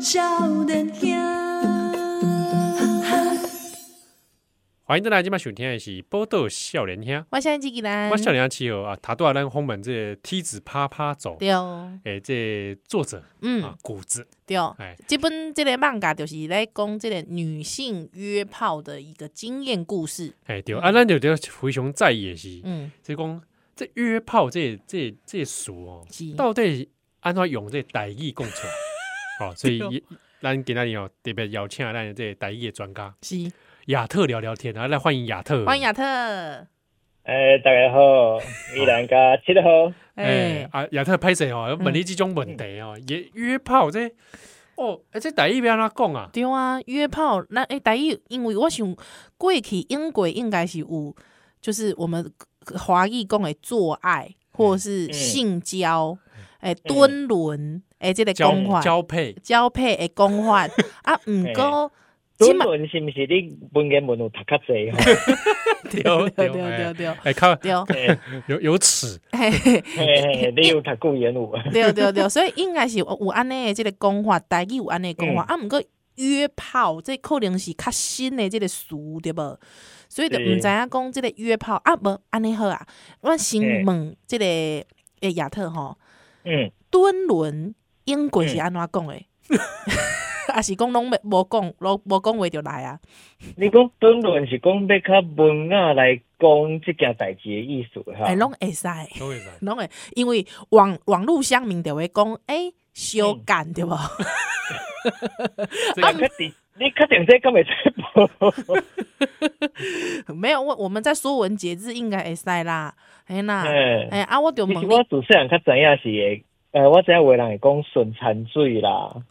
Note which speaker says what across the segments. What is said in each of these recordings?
Speaker 1: 少年兄，
Speaker 2: 欢迎再来，今晚收听的是《波豆笑脸兄》，
Speaker 3: 我现在几个人？
Speaker 2: 我笑脸兄企鹅啊，塔多阿咱红门这梯子啪啪走，
Speaker 3: 对，
Speaker 2: 诶，这作者啊
Speaker 3: 嗯，，
Speaker 2: 谷子，
Speaker 3: 对
Speaker 2: 哎，
Speaker 3: 这本这个漫画就是在讲这个女性约炮的一个经验故事。
Speaker 2: 诶，对，
Speaker 3: 嗯
Speaker 2: 啊，咱就就非常在意的是，
Speaker 3: 嗯，
Speaker 2: 这讲这约炮这这这俗哦，
Speaker 3: 是，
Speaker 2: 到底安怎用这台语讲 出来？哦，所以
Speaker 3: 对
Speaker 2: 也咱今天哦特别邀请咱的这台语的专家
Speaker 3: 是，
Speaker 2: 亚特聊聊天啊，来欢迎亚特，
Speaker 3: 欢迎亚特。
Speaker 4: 哎，大家好，依然加七号，
Speaker 2: 哎
Speaker 3: 哎，嗯
Speaker 2: 啊，亚特拍谁哦？问你这种问题哦，也约炮这哦，哎，这台语要安怎讲啊？
Speaker 3: 对啊，约炮那哎，第一，因为我想过去英国应该是有，就是我们华裔讲的做爱或是
Speaker 4: 嗯
Speaker 3: 性交，哎，蹲轮，哎，这个
Speaker 2: 交
Speaker 3: 讲法，
Speaker 2: 交配
Speaker 3: 交配的讲法啊，唔过。
Speaker 4: 中
Speaker 3: 现在
Speaker 4: 文是不是你文言文有读较济吼？
Speaker 2: 对
Speaker 3: 对对对对
Speaker 2: 哎，看
Speaker 3: 对
Speaker 4: 嘿
Speaker 2: 有有尺，
Speaker 3: 嘿嘿
Speaker 4: 嘿嘿你有读古言文？
Speaker 3: 对对对，所以应该是有有安尼的即个讲法，台语有安尼的讲法，啊，毋过约炮这可能是较新的即个词，对无？所以就毋知
Speaker 4: 是
Speaker 3: 影讲即个约炮啊，无安尼好啊，我先
Speaker 4: 嗯
Speaker 3: 问即个诶亚特吼，
Speaker 4: 嗯，
Speaker 3: 敦伦英国是安怎讲诶？ 啊是讲拢没无讲，拢无讲话就来啊？
Speaker 4: 你讲本论是讲要较文雅来讲这件代志的意思哈
Speaker 3: 哎，？拢会使，
Speaker 2: 都会使。
Speaker 3: 拢会，因为网网络乡民就会讲，诶，修改对无？
Speaker 2: 这
Speaker 3: 啊
Speaker 4: 你确定？你确定这敢会使无？
Speaker 3: 没有，我我们在说文解字应该会使啦，哎啦，
Speaker 4: 嗯
Speaker 3: 哎啊，我就
Speaker 4: 其
Speaker 3: 问
Speaker 4: 实
Speaker 3: 你
Speaker 4: 我自细汉较知影是会，呃，我知影有的人会讲顺产水啦。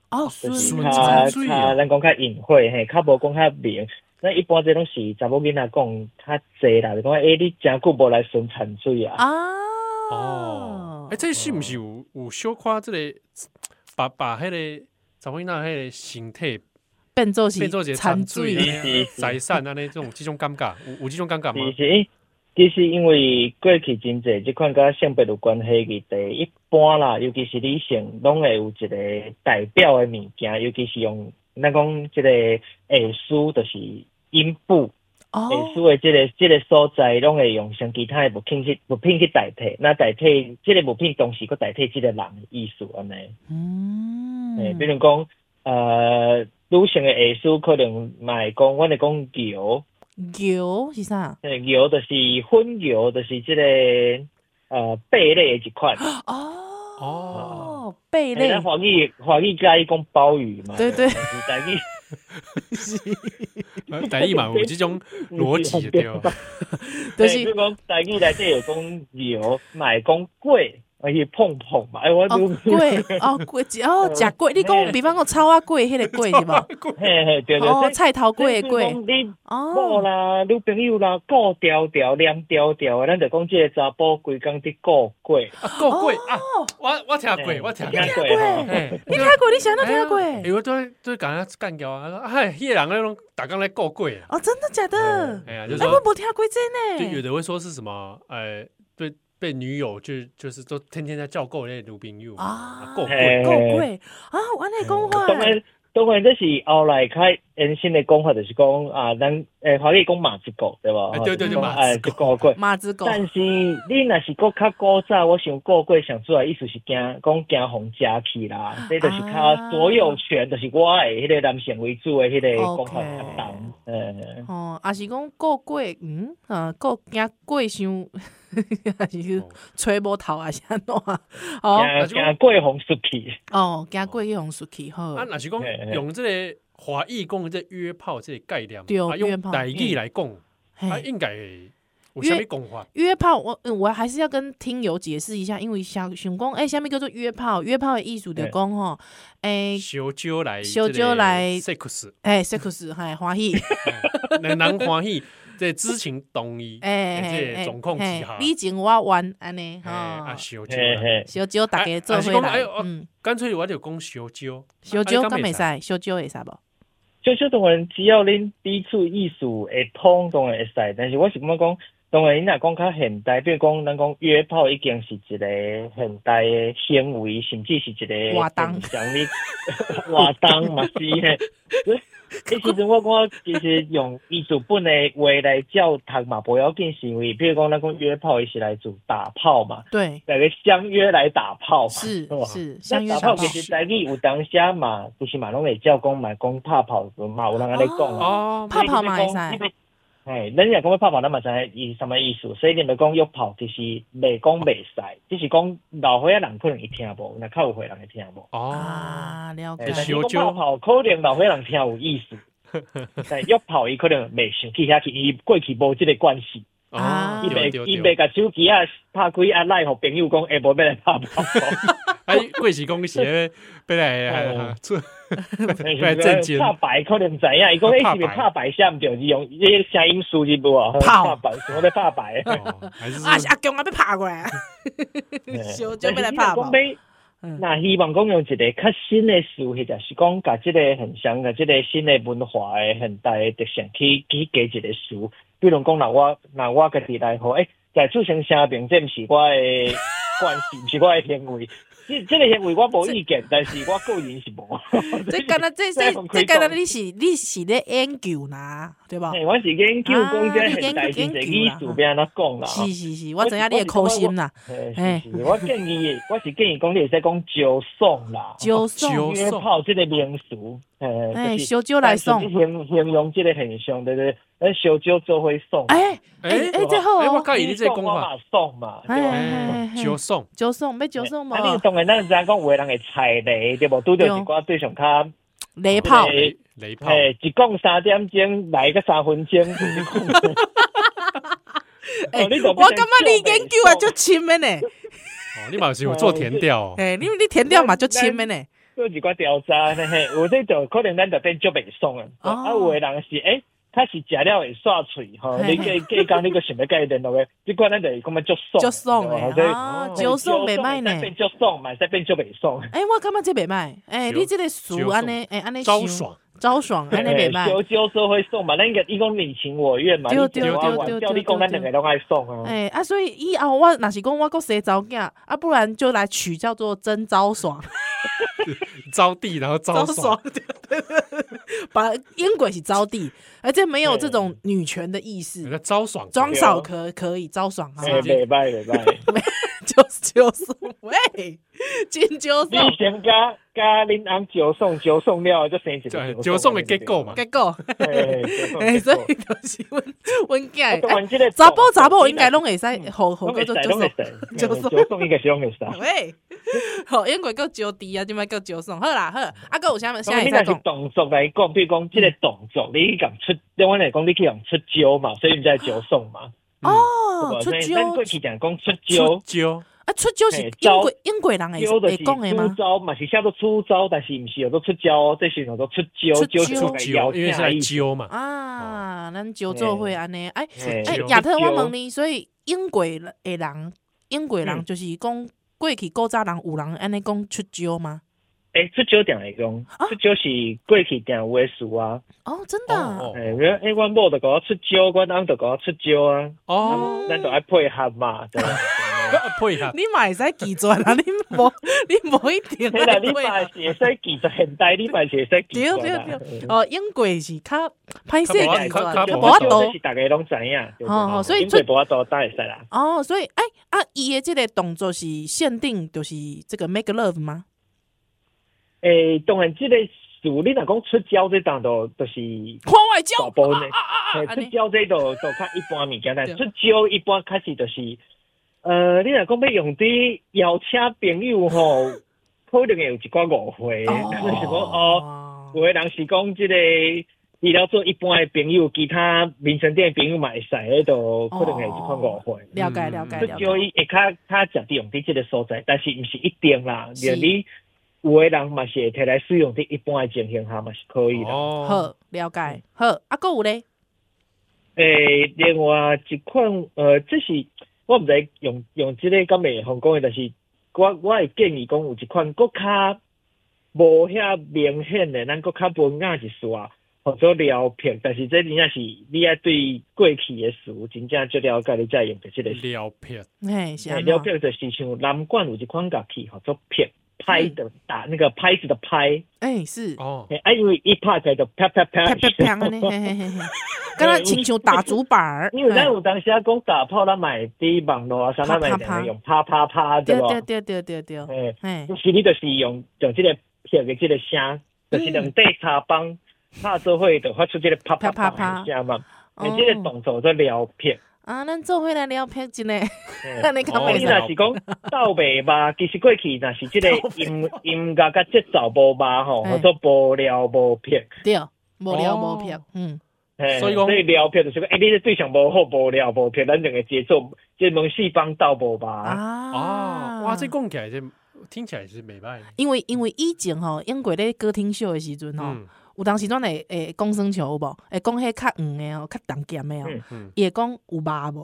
Speaker 3: 哦，
Speaker 4: 就
Speaker 3: 孙
Speaker 4: 是
Speaker 2: 顺
Speaker 3: 孙
Speaker 4: 较
Speaker 2: 产
Speaker 3: 产
Speaker 2: 水
Speaker 4: 较咱讲较隐晦嘿，较无讲较明。咱一般这拢是查某囡仔讲较济啦，就讲诶、欸，你真久无来顺产水啊，
Speaker 3: 啊，
Speaker 2: 哦，哎，这是不是有有小夸这个把把迄个查某囡仔迄个身体
Speaker 3: 变做
Speaker 2: 变做一
Speaker 3: 是
Speaker 2: 个残
Speaker 3: 水
Speaker 2: 罪
Speaker 3: 了，
Speaker 2: 安尼啊财产安尼这种这种尴尬，有有这种尴尬
Speaker 4: 是
Speaker 2: 吗？
Speaker 4: 是。其实因为过去真济即款甲性别有关系嘅题，一般啦，尤其是女性，拢会有一个代表的物件，尤其是用咱讲即个诶书，就是阴部。历史
Speaker 3: 哦，
Speaker 4: 的这个这个所在，拢会用上其他的物品去物品去代替，那代替这个物品同时，佮代替这个人的意思安尼。
Speaker 3: 嗯，
Speaker 4: 诶、比如讲，呃，女性的艺术可能卖讲，阮会讲摇，
Speaker 3: 牛是啥？
Speaker 4: 诶，摇就是婚摇，就是这个呃贝类的一款。
Speaker 3: 哦， 贝
Speaker 4: 诶
Speaker 3: 类
Speaker 4: 咱，华语华语加伊讲鲍鱼嘛，
Speaker 3: 对对
Speaker 4: 是台语
Speaker 2: 呃台语嘛有这种逻辑对哦，
Speaker 3: 就
Speaker 4: 诶比
Speaker 3: 是
Speaker 4: 如讲台语内底有讲摇，卖讲粿，而且碰碰嘛，哎，我
Speaker 3: 哦
Speaker 4: 都。
Speaker 3: 贵哦贵哦食贵，你讲比方讲草啊贵，迄个 贵是 无？
Speaker 4: 嘿嘿，对对
Speaker 3: 哦，
Speaker 4: 对，
Speaker 3: 菜头贵
Speaker 4: 所
Speaker 3: 的
Speaker 4: 以
Speaker 3: 贵
Speaker 4: 讲你某
Speaker 3: 哦，
Speaker 4: 啦、女朋友啦，顾调调、念调调的，咱就讲即个查甫规工伫顾过，
Speaker 2: 啊够贵啊！
Speaker 3: 哦
Speaker 2: 我我听过，我听过
Speaker 4: 听。过吼。
Speaker 3: 贵，
Speaker 2: 哎
Speaker 3: 你听过？你想到听过？
Speaker 2: 哎呦，都都感觉干掉啊！他说哎，迄个人那种打刚来够贵啊！
Speaker 3: 哦，真的假的？
Speaker 2: 哎呀，就
Speaker 3: 哎，
Speaker 2: 说
Speaker 3: 我没听过
Speaker 2: 就
Speaker 3: 真
Speaker 2: 有
Speaker 3: 呢。
Speaker 2: 的会说是什么，呃，对，被女友就就是都天天在叫够那女朋友
Speaker 3: 啊
Speaker 2: 够贵
Speaker 4: 嘿
Speaker 3: 够贵啊！我安尼讲话，
Speaker 4: 当然，当然，这是后来开延伸的讲法，就是讲啊，咱诶，华语讲马子狗，对吧
Speaker 2: 哎？对对对
Speaker 4: 就是讲
Speaker 2: 马子狗
Speaker 4: 哎顾过。
Speaker 3: 马子狗
Speaker 4: 但是你若是搁较古早，我想顾过想出来，意思是惊讲惊互食去啦，这就是
Speaker 3: 啊
Speaker 4: 较所有权，就是我的迄个男性为主的迄个讲
Speaker 3: OK
Speaker 4: 法较重，嗯。
Speaker 3: 哦，啊是讲过贵，嗯啊，过惊贵伤， 还
Speaker 2: 哦
Speaker 3: 是吹无头啊，是安怎样？哦
Speaker 2: 那
Speaker 4: 行
Speaker 2: 啊就
Speaker 4: 行过红出去，
Speaker 3: 哦，惊贵去红薯去好
Speaker 2: 啊，，若是讲
Speaker 4: 嘿嘿
Speaker 2: 用这个华裔讲的这约炮这个概念，
Speaker 3: 对
Speaker 2: 啊，
Speaker 3: 约
Speaker 2: 用
Speaker 3: 炮
Speaker 2: 台语来讲，啊，
Speaker 3: 嘿
Speaker 2: 应该会有啥物讲法？
Speaker 3: 约炮，我嗯我还是要跟听友解释一下，因为想想讲，诶，下面叫做约炮，约炮的艺术就讲吼，哎诶
Speaker 2: 烧酒来，
Speaker 3: 烧酒来
Speaker 2: sex，
Speaker 3: 诶，sex 嗨哎欢喜，
Speaker 2: 人人欢喜，这知情同 意，
Speaker 3: 诶
Speaker 2: 这个状况之下，
Speaker 3: 你哎情我愿安尼
Speaker 2: 哎
Speaker 3: 哈
Speaker 2: 啊，，烧酒
Speaker 4: 嘿
Speaker 2: 啦，
Speaker 4: 嘿，
Speaker 3: 小酒大家
Speaker 2: 啊
Speaker 3: 做
Speaker 2: 啊是
Speaker 3: 伙
Speaker 2: 讲哎
Speaker 3: 来
Speaker 2: 呦，
Speaker 3: 嗯，
Speaker 2: 干脆我就讲烧酒，
Speaker 3: 小酒敢
Speaker 2: 没
Speaker 3: 袂使，小酒会使无？
Speaker 4: 小小当然只要恁彼此意思会通，当然会使。但是我是感觉讲，当然，你若讲较现代，比如讲咱讲约炮已经是一个现代的行为，甚至是一个
Speaker 3: 活动
Speaker 4: 像你 活动嘛是 嘿。迄时阵我讲，其实用伊日本的话来叫读嘛，不要紧，是因为比如讲咱讲约炮，伊是来自打炮嘛，
Speaker 3: 对，
Speaker 4: 大家相约来打炮嘛，
Speaker 3: 是
Speaker 4: 吧
Speaker 3: 是，相
Speaker 4: 那
Speaker 3: 约
Speaker 4: 打
Speaker 3: 打
Speaker 4: 炮
Speaker 3: 炮
Speaker 4: 其，实台语有当下嘛，就是嘛拢会照讲嘛，讲拍炮嘛，有人安尼讲啊。
Speaker 2: 哦，
Speaker 3: 拍炮嘛会使
Speaker 4: 哎，咱若讲要拍炮，咱嘛知影伊什么意思，所以你们讲约炮，就是袂讲袂使，只是讲老岁仔人可能会听无，若较有岁人会听无。
Speaker 2: 哦，
Speaker 3: 啊，了解
Speaker 4: 哎
Speaker 2: 就，
Speaker 4: 但
Speaker 2: 是
Speaker 4: 是讲拍炮，可能老岁仔人听有意 思，但约炮伊可能袂想去遐去，伊过去无即个关系，
Speaker 2: 哦
Speaker 3: 啊
Speaker 4: 伊，
Speaker 2: 对
Speaker 4: 袂伊
Speaker 2: 对对，
Speaker 4: 袂甲手机啊拍开啊来，互朋友讲下无要来拍 炮。
Speaker 2: 啊，贵是讲你是 咧，本来啊，出
Speaker 4: 哎
Speaker 2: 来正经
Speaker 4: 拍白可能知影，伊讲迄是毋是
Speaker 2: 拍
Speaker 4: 拍白下毋着，是用迄声音输入无啊？
Speaker 3: 炮
Speaker 4: 拍白，想要拍白。
Speaker 2: 哦还是
Speaker 3: 啊是阿强啊被拍过来，小就被来拍吧
Speaker 4: 哎 但是你若
Speaker 3: 嗯，
Speaker 4: 讲，要那希望讲用一个较新的思维，就是讲甲即个现象、甲即个新的文化的现代的特性去去加一个思。比如讲，若我若我家己来吼，诶、在出生声明，这毋是我的关系，毋是我的行为。即即个行为我无意见，但是我个人是无。
Speaker 3: 这敢若这这
Speaker 4: 这很
Speaker 3: 这
Speaker 4: 开
Speaker 3: 敢若
Speaker 4: 放
Speaker 3: 你是你是咧研究呐，对吧？
Speaker 4: 嘿我是研究讲
Speaker 3: 啊
Speaker 4: 这
Speaker 3: 你
Speaker 4: 现代
Speaker 3: 研
Speaker 4: 真
Speaker 3: 究
Speaker 4: 侪艺术要安怎讲啦。哦
Speaker 3: 是是是，我知影你的苦心啦，
Speaker 4: 嘿
Speaker 3: 嘿
Speaker 4: 是是，我哦建议，我是建议讲你会使讲招送 啦，
Speaker 3: 就
Speaker 2: 招
Speaker 3: 送，
Speaker 4: 约
Speaker 2: 送
Speaker 4: 炮这个名词，呃，
Speaker 3: 哎，
Speaker 4: 哦就是
Speaker 3: 小酒来
Speaker 4: 就是
Speaker 3: 送，
Speaker 4: 形形容这个现象，对对，咱烧酒做伙送，
Speaker 3: 哎哎
Speaker 2: 哎
Speaker 3: 哎，这好
Speaker 2: 哎，我
Speaker 3: 哦，
Speaker 2: 介意你这个
Speaker 4: 你
Speaker 2: 讲
Speaker 4: 送我
Speaker 2: 法，
Speaker 4: 嘛送嘛，对吧？
Speaker 3: 哎
Speaker 2: 哎，就送
Speaker 3: 酒送要酒送无
Speaker 4: 啊，，你当然咱知影讲有的人会踩雷，对无？拄着一寡对象较，
Speaker 3: 雷炮
Speaker 4: 哎
Speaker 2: 雷雷炮，
Speaker 4: 嘿，一讲三点钟来个三分钟， 哦，
Speaker 3: 哎，我
Speaker 4: 你就变
Speaker 3: 感
Speaker 4: 成
Speaker 3: 觉你研究啊，
Speaker 4: 少
Speaker 3: 足
Speaker 4: 年
Speaker 3: 深的呢。
Speaker 2: 哦，你嘛是有做填调哦，
Speaker 3: 哎，你你填掉嘛足深的呢。
Speaker 4: 做一寡调查， 嘿嘿，有这就可能咱就变足袂爽啊。
Speaker 3: 哦
Speaker 4: 啊，有的人是诶，他是食了会煞喙吼，
Speaker 3: 嘿
Speaker 4: 你计计讲你个想要甲伊联 络诶，即款咱就是感觉足爽，
Speaker 3: 足爽
Speaker 4: 对吧
Speaker 3: 诶
Speaker 4: 所以
Speaker 3: 啊
Speaker 4: 嘿
Speaker 3: 足爽袂歹呢
Speaker 4: 会使变足爽，嘛会使变足袂爽。
Speaker 3: 哎，我感觉这袂歹。哎，
Speaker 2: 招
Speaker 3: 你这个熟安尼，哎安尼
Speaker 2: 招
Speaker 3: 想
Speaker 2: 爽，
Speaker 3: 招爽安尼袂 歹。
Speaker 4: 烧酒做伙送嘛，咱应该伊讲你情我愿嘛，
Speaker 3: 对
Speaker 4: 你情
Speaker 3: 对
Speaker 4: 我
Speaker 2: 对
Speaker 4: 愿
Speaker 3: 对
Speaker 4: 叫
Speaker 3: 对
Speaker 4: 你讲咱
Speaker 3: 对
Speaker 4: 两个拢爱送啊。
Speaker 3: 哎啊，所以以后我若是讲我个生查某囝，啊，不然就来取叫做真招爽，
Speaker 2: 招弟然后 招爽，，
Speaker 3: 对对对 把烟鬼是招弟，而且没有这种女权的意
Speaker 2: 有
Speaker 3: 识，
Speaker 2: 个招爽
Speaker 3: 装少可可以招爽啊，
Speaker 4: 哎，袂歹袂歹，
Speaker 3: 就是就是，喂，真就
Speaker 4: 你
Speaker 3: 爽，
Speaker 4: 先甲甲恁翁酒送酒送了，就生一
Speaker 2: 对
Speaker 4: 个
Speaker 2: 酒送的结果嘛
Speaker 3: 结果。
Speaker 4: 嘿，酒送
Speaker 3: 哎，
Speaker 4: 的
Speaker 3: 所
Speaker 4: 结
Speaker 3: 以
Speaker 4: 果
Speaker 3: 就是阮阮
Speaker 4: 啊当
Speaker 3: 囝
Speaker 4: 然这个
Speaker 3: 的，查甫查某应该拢会使，
Speaker 2: 嗯
Speaker 3: 好好叫做
Speaker 4: 拢
Speaker 3: 就是
Speaker 4: 会使，拢会 使
Speaker 3: 就
Speaker 4: 嗯
Speaker 3: 送
Speaker 4: 酒送应该是拢会使。
Speaker 3: 喂，好，英国叫招弟啊，即摆叫招送，好啦好，啊，搁有啥物？
Speaker 4: 当
Speaker 3: 啥
Speaker 4: 然
Speaker 3: 会
Speaker 4: 哦你
Speaker 3: 再
Speaker 4: 若是
Speaker 3: 讲，
Speaker 4: 动作来讲，比如讲即个动作，你共出，对阮来讲，你去共出招嘛，所以毋才酒送嘛。
Speaker 3: 哦，出
Speaker 4: 嗯对吧所以咱
Speaker 3: 招
Speaker 4: 过去讲讲出
Speaker 2: 出
Speaker 4: 招，
Speaker 2: 招，
Speaker 3: 啊，出招是
Speaker 4: 嘿
Speaker 3: 英
Speaker 4: 招
Speaker 3: 国英国人会
Speaker 4: 招就
Speaker 3: 会
Speaker 4: 是
Speaker 3: 讲的
Speaker 4: 出
Speaker 3: 吗？
Speaker 4: 招嘛，是写做出招，但是毋是有做出招哦，这是有做出招，
Speaker 3: 出
Speaker 4: 招
Speaker 3: 招
Speaker 4: 出
Speaker 2: 招，因为是来招嘛，
Speaker 3: 啊，咱招做会安尼，哎
Speaker 4: 哦
Speaker 3: 哎
Speaker 4: 嘿
Speaker 2: 出，招
Speaker 3: 亚特，我问你，所以英国的人，英国
Speaker 4: 嗯
Speaker 3: 人就是讲过去古早人有人安尼讲出招吗？
Speaker 4: 诶，出招定来讲
Speaker 3: 啊，
Speaker 4: 出招是过去定有诶事啊。
Speaker 3: 哦，真的啊，
Speaker 2: 哦
Speaker 4: 诶，诶，阮某就甲我出招，阮翁就甲我出招啊，
Speaker 2: 哦，
Speaker 4: 咱就爱配合 嘛，对吧对吧
Speaker 2: 配合，
Speaker 3: 你嘛会使记住啦，你无 你无一定
Speaker 4: 嘿啦，你
Speaker 3: 对啊
Speaker 4: 嘛是会使记住现代，你嘛是会使记
Speaker 3: 对
Speaker 4: 住
Speaker 3: 对
Speaker 4: 啦。
Speaker 3: 对，哦，英国是较歹势
Speaker 2: 较
Speaker 3: 记
Speaker 2: 无
Speaker 3: 住
Speaker 2: 法较
Speaker 3: 啊，较
Speaker 2: 较
Speaker 3: 无
Speaker 2: 无
Speaker 3: 法
Speaker 2: 法
Speaker 4: 这
Speaker 3: 度
Speaker 4: 是大家拢知影。对
Speaker 3: 哦哦所以
Speaker 4: 因为无法度，当然会使啦。
Speaker 3: 哦，所以哎啊，伊的即个动作是限定，就是这个 make love 吗？
Speaker 4: 诶，当然，即个事你若讲出招这当都就是
Speaker 3: 看外
Speaker 4: 大
Speaker 3: 交
Speaker 4: 部分的
Speaker 3: 啊啊啊，
Speaker 4: 诶
Speaker 3: 安
Speaker 4: 出
Speaker 3: 尼
Speaker 4: 招这都都较一般物件，但
Speaker 3: 对
Speaker 4: 出招一般开始就是，呃，你若讲要用伫邀请朋友吼，可能会有一寡误会，就是讲哦，
Speaker 3: 哦
Speaker 4: 有的人是讲即个。除了做一般的朋友，其他民生店的朋友嘛会使，迄度可能会有一款误会。
Speaker 3: 哦了解了解
Speaker 4: 出
Speaker 3: 了
Speaker 4: 招
Speaker 3: 解，
Speaker 4: 伊会较较食伫用伫即个所在，但是毋是一定啦。
Speaker 3: 是
Speaker 4: 就你有诶人嘛是会摕来使用伫一般诶情形下嘛是可以啦。
Speaker 2: 哦，
Speaker 3: 好了解好，啊，够有咧，
Speaker 4: 诶、另外一款呃，这是我毋知用用即个敢会通讲诶，但是我我会建议讲有一款搁较无遐明显诶，咱搁较文雅一丝仔。或做了片，但是这真正是你爱对过去的事真正足了解，你才会用到这个词。
Speaker 2: 了撇，
Speaker 3: 嘿，是啊
Speaker 4: 嘿
Speaker 3: 安
Speaker 4: 了
Speaker 3: 怎？
Speaker 4: 片就是像南管有一款乐器，吼做片拍的打那个拍子的拍，
Speaker 3: 哎，是，
Speaker 2: 哦，
Speaker 4: 嘿啊，因为一拍起来就啪啪啪
Speaker 3: 啪啪啪安尼，嘿嘿嘿嘿，敢若亲像打竹板儿，
Speaker 4: 因为咱
Speaker 3: 嘿
Speaker 4: 有当时啊讲打炮，咱买伫网络啊，啥咱买
Speaker 3: 啪啪啪
Speaker 4: 用啪啪啪，对
Speaker 3: 对
Speaker 4: 不？
Speaker 3: 对对对对对，
Speaker 4: 嘿，
Speaker 3: 嘿，
Speaker 4: 是你就是用用这个拍的这个声，就是两块插棒插做伙，就发出这个啪啪
Speaker 3: 啪啪
Speaker 4: 啪
Speaker 3: 啪
Speaker 4: 的声嘛。
Speaker 3: 哦
Speaker 4: 你这个动作做了 片，
Speaker 3: 啊，咱做伙来聊拍一下，
Speaker 4: 嘿
Speaker 3: 安尼较
Speaker 2: 哦
Speaker 3: 袂
Speaker 4: 你
Speaker 3: 使
Speaker 2: 那
Speaker 4: 若 是讲倒白吧，其实过去若是即个音音乐甲节奏无吧吼，
Speaker 3: 嘿
Speaker 4: 或者无聊无片，
Speaker 3: 对，无聊
Speaker 2: 哦
Speaker 3: 无拍，嗯，
Speaker 4: 嘿
Speaker 2: 所以讲
Speaker 4: 所以聊片就是讲，诶，哎你这对象无好无聊无片，咱两个节奏这门四方倒无吧，
Speaker 2: 哦，
Speaker 3: 啊，
Speaker 2: 哇，这讲起来这听起来是袂歹，
Speaker 3: 因为因为以前吼，英国咧歌厅秀的时阵吼，
Speaker 2: 嗯
Speaker 3: 有当时阵会会讲生球有无，会讲迄较黄的哦，较重咸的哦
Speaker 4: 嗯，
Speaker 2: 嗯，
Speaker 3: 伊会讲有肉无，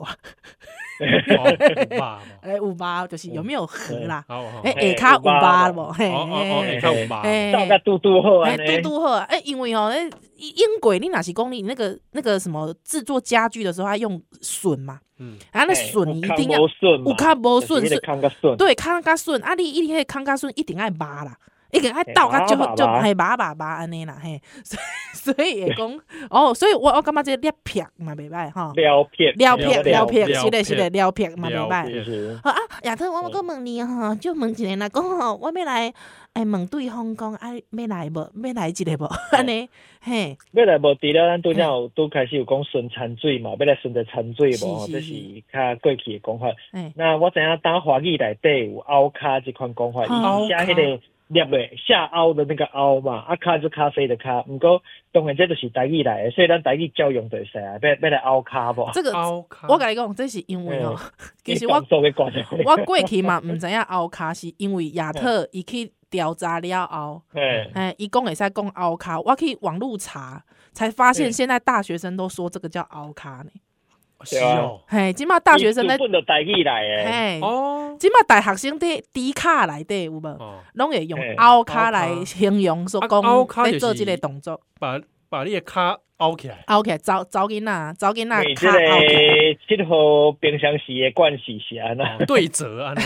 Speaker 2: 哦，有吧，
Speaker 3: 诶，有肉就是有没有核啦，
Speaker 2: 好好，
Speaker 3: 诶
Speaker 2: 哦，
Speaker 4: 嘿
Speaker 3: 下骹有肉
Speaker 4: 有肉
Speaker 3: 无，嘿，
Speaker 2: 哦哦，
Speaker 3: 嘿
Speaker 2: 会较有吧，
Speaker 3: 嘿
Speaker 4: 倒甲嘟嘟好安尼。
Speaker 3: 欸哎，嘟嘟好啊！哎，因为哦，那英鬼你哪是讲你那个那个什么制作家具的时候，他用笋嘛，
Speaker 2: 嗯，
Speaker 3: 啊，那
Speaker 4: 嘿
Speaker 3: 笋一定要
Speaker 4: 欸有顺嘛，
Speaker 3: 有较无顺
Speaker 4: 就是是康较顺，
Speaker 3: 对康较笋，啊，你一定迄康较笋一定爱麻啦，一定爱倒较
Speaker 4: 嘿
Speaker 3: 就
Speaker 4: 麻麻
Speaker 3: 就
Speaker 4: 麻
Speaker 3: 系麻麻麻安尼啦嘿，所以所以会讲哦，所以我我感觉这个裂片嘛袂歹吼，
Speaker 4: 撩片
Speaker 3: 撩片撩
Speaker 2: 了撇
Speaker 3: 片，是
Speaker 2: 了
Speaker 3: 的是的
Speaker 2: 撇
Speaker 3: 撩片嘛袂
Speaker 2: 了
Speaker 3: 歹
Speaker 2: 撇。
Speaker 4: 是是
Speaker 3: 好啊，亚特，我我搁问你吼，就问一个啦，讲吼，我要来，哎，问对方讲，啊，要来无？要来一个无？安尼，嘿，
Speaker 4: 要来无除了咱拄则有拄开始有讲顺产水嘛，要来顺着产水
Speaker 3: 是
Speaker 4: 无，
Speaker 3: 是
Speaker 4: 这
Speaker 3: 是
Speaker 4: 是较过去的讲法。
Speaker 3: 哎，
Speaker 4: 那我知影当华语内底有凹卡这款讲法，
Speaker 3: 啊
Speaker 4: 伊写迄个捏的下凹的那个凹嘛，啊卡就咖啡的咖，毋过当然这就是台语来的，所以咱台语照用就会使啊，要要来凹卡无？
Speaker 3: 这个
Speaker 2: 凹卡，
Speaker 3: 我甲你讲，这是因为哦，其实
Speaker 4: 啊你
Speaker 3: 我
Speaker 4: 感受会关系。
Speaker 3: 我过去嘛，毋知影后卡是因为亚特伊去调查了后，
Speaker 4: 嘿
Speaker 3: 哎，伊讲会使讲后卡，我去网络查，才发现
Speaker 4: 嗯
Speaker 3: 现在大学生都说这个叫后卡呢。
Speaker 4: 啊
Speaker 2: 是哦，
Speaker 3: 嘿，即嘛大学生
Speaker 4: 伊
Speaker 3: 咧
Speaker 4: 根，本就台语来的。
Speaker 3: 嘿，
Speaker 2: 哦，
Speaker 3: 即嘛大学生伫低卡内底有无？
Speaker 2: 哦，
Speaker 3: 拢会用
Speaker 4: 嘿
Speaker 3: 凹卡来形容，所
Speaker 2: 啊凹卡就是
Speaker 3: 讲咧做即个动作，
Speaker 2: 把把你的卡凹起来，
Speaker 3: 凹起来，走走囡仔，走囡
Speaker 4: 因为
Speaker 3: 仔
Speaker 4: 这
Speaker 3: 卡凹起来，
Speaker 4: 个七号冰箱时的惯是是安那，
Speaker 2: 哦对折安尼，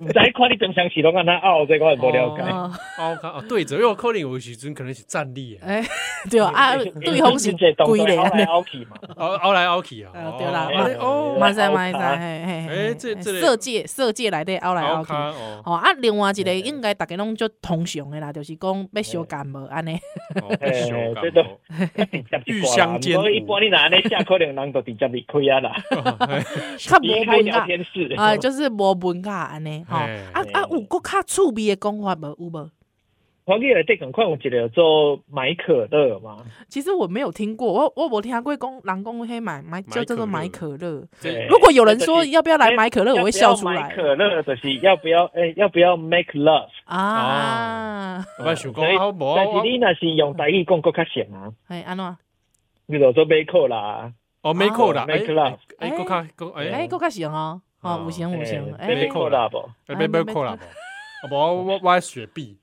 Speaker 4: 毋知看你冰箱时拢安那拗，这个我也无了 解。
Speaker 3: 哦，
Speaker 2: 凹卡哦，对折，因为可能有时阵可能是站立的，
Speaker 3: 哎，对啊，对方是啊
Speaker 4: 动
Speaker 3: 规
Speaker 4: 作
Speaker 3: 咧
Speaker 4: 凹
Speaker 3: 安
Speaker 4: 来
Speaker 3: 尼。
Speaker 4: 凹去嘛，
Speaker 2: 凹凹来凹去啊，
Speaker 3: 呃
Speaker 2: 哦
Speaker 3: 对啦
Speaker 2: 哦
Speaker 3: 嘛
Speaker 2: 安尼哦，
Speaker 3: 嘛知嘛知，
Speaker 4: 凹卡
Speaker 3: 嘿嘿嘿，
Speaker 2: 哎
Speaker 3: 嘿
Speaker 2: 这这个
Speaker 3: 色界色界内底凹来凹
Speaker 2: 凹
Speaker 3: 去
Speaker 2: 卡。哦，
Speaker 3: 哦啊，另外一个应该大家拢就通常的啦，就是讲要相干无安 尼，
Speaker 2: 哦
Speaker 4: 哎
Speaker 2: 修
Speaker 4: 这都
Speaker 2: 改
Speaker 4: 直接一
Speaker 2: 欲
Speaker 4: 挂啦
Speaker 2: 相见
Speaker 4: 不过一般你若安尼下，可能人就直接离开 啊啦，
Speaker 3: 较
Speaker 4: 离
Speaker 3: 无
Speaker 4: 开
Speaker 3: 文
Speaker 4: 聊
Speaker 3: 雅
Speaker 4: 天室。
Speaker 3: 啊，就是无文雅安尼吼。
Speaker 2: 嘿
Speaker 3: 啊啊，有搁较趣味的讲法无有无？
Speaker 4: 我记得这款款有一个做买可乐嘛，
Speaker 3: 其实我没有听过，我我我听过讲人讲嘿买买叫叫做买可乐。
Speaker 2: 这
Speaker 4: 对
Speaker 3: 如果有人说
Speaker 4: 对
Speaker 3: 要不要来买可乐，我会笑出
Speaker 4: 哎要不要买
Speaker 3: 来
Speaker 4: 可乐就是要不要？诶，要不要 make love？
Speaker 3: 啊！
Speaker 2: 我捌想讲
Speaker 4: 所以
Speaker 2: 啊，无
Speaker 4: 但是
Speaker 2: 我
Speaker 4: 你若是用台语讲，佫较像啊，
Speaker 3: 哎，安怎？
Speaker 4: 你就做买可啊啦，
Speaker 2: 哦没扣啦，
Speaker 4: 哦
Speaker 2: 哎
Speaker 4: ，make love
Speaker 2: 哎，够卡够
Speaker 3: 哎，
Speaker 2: 哎，
Speaker 3: 够较行哦，哦，
Speaker 2: 哦
Speaker 3: 五行五行，哎
Speaker 4: 诶买，可啦无？
Speaker 2: 哎没没扣啦哦无，无我我我爱雪碧，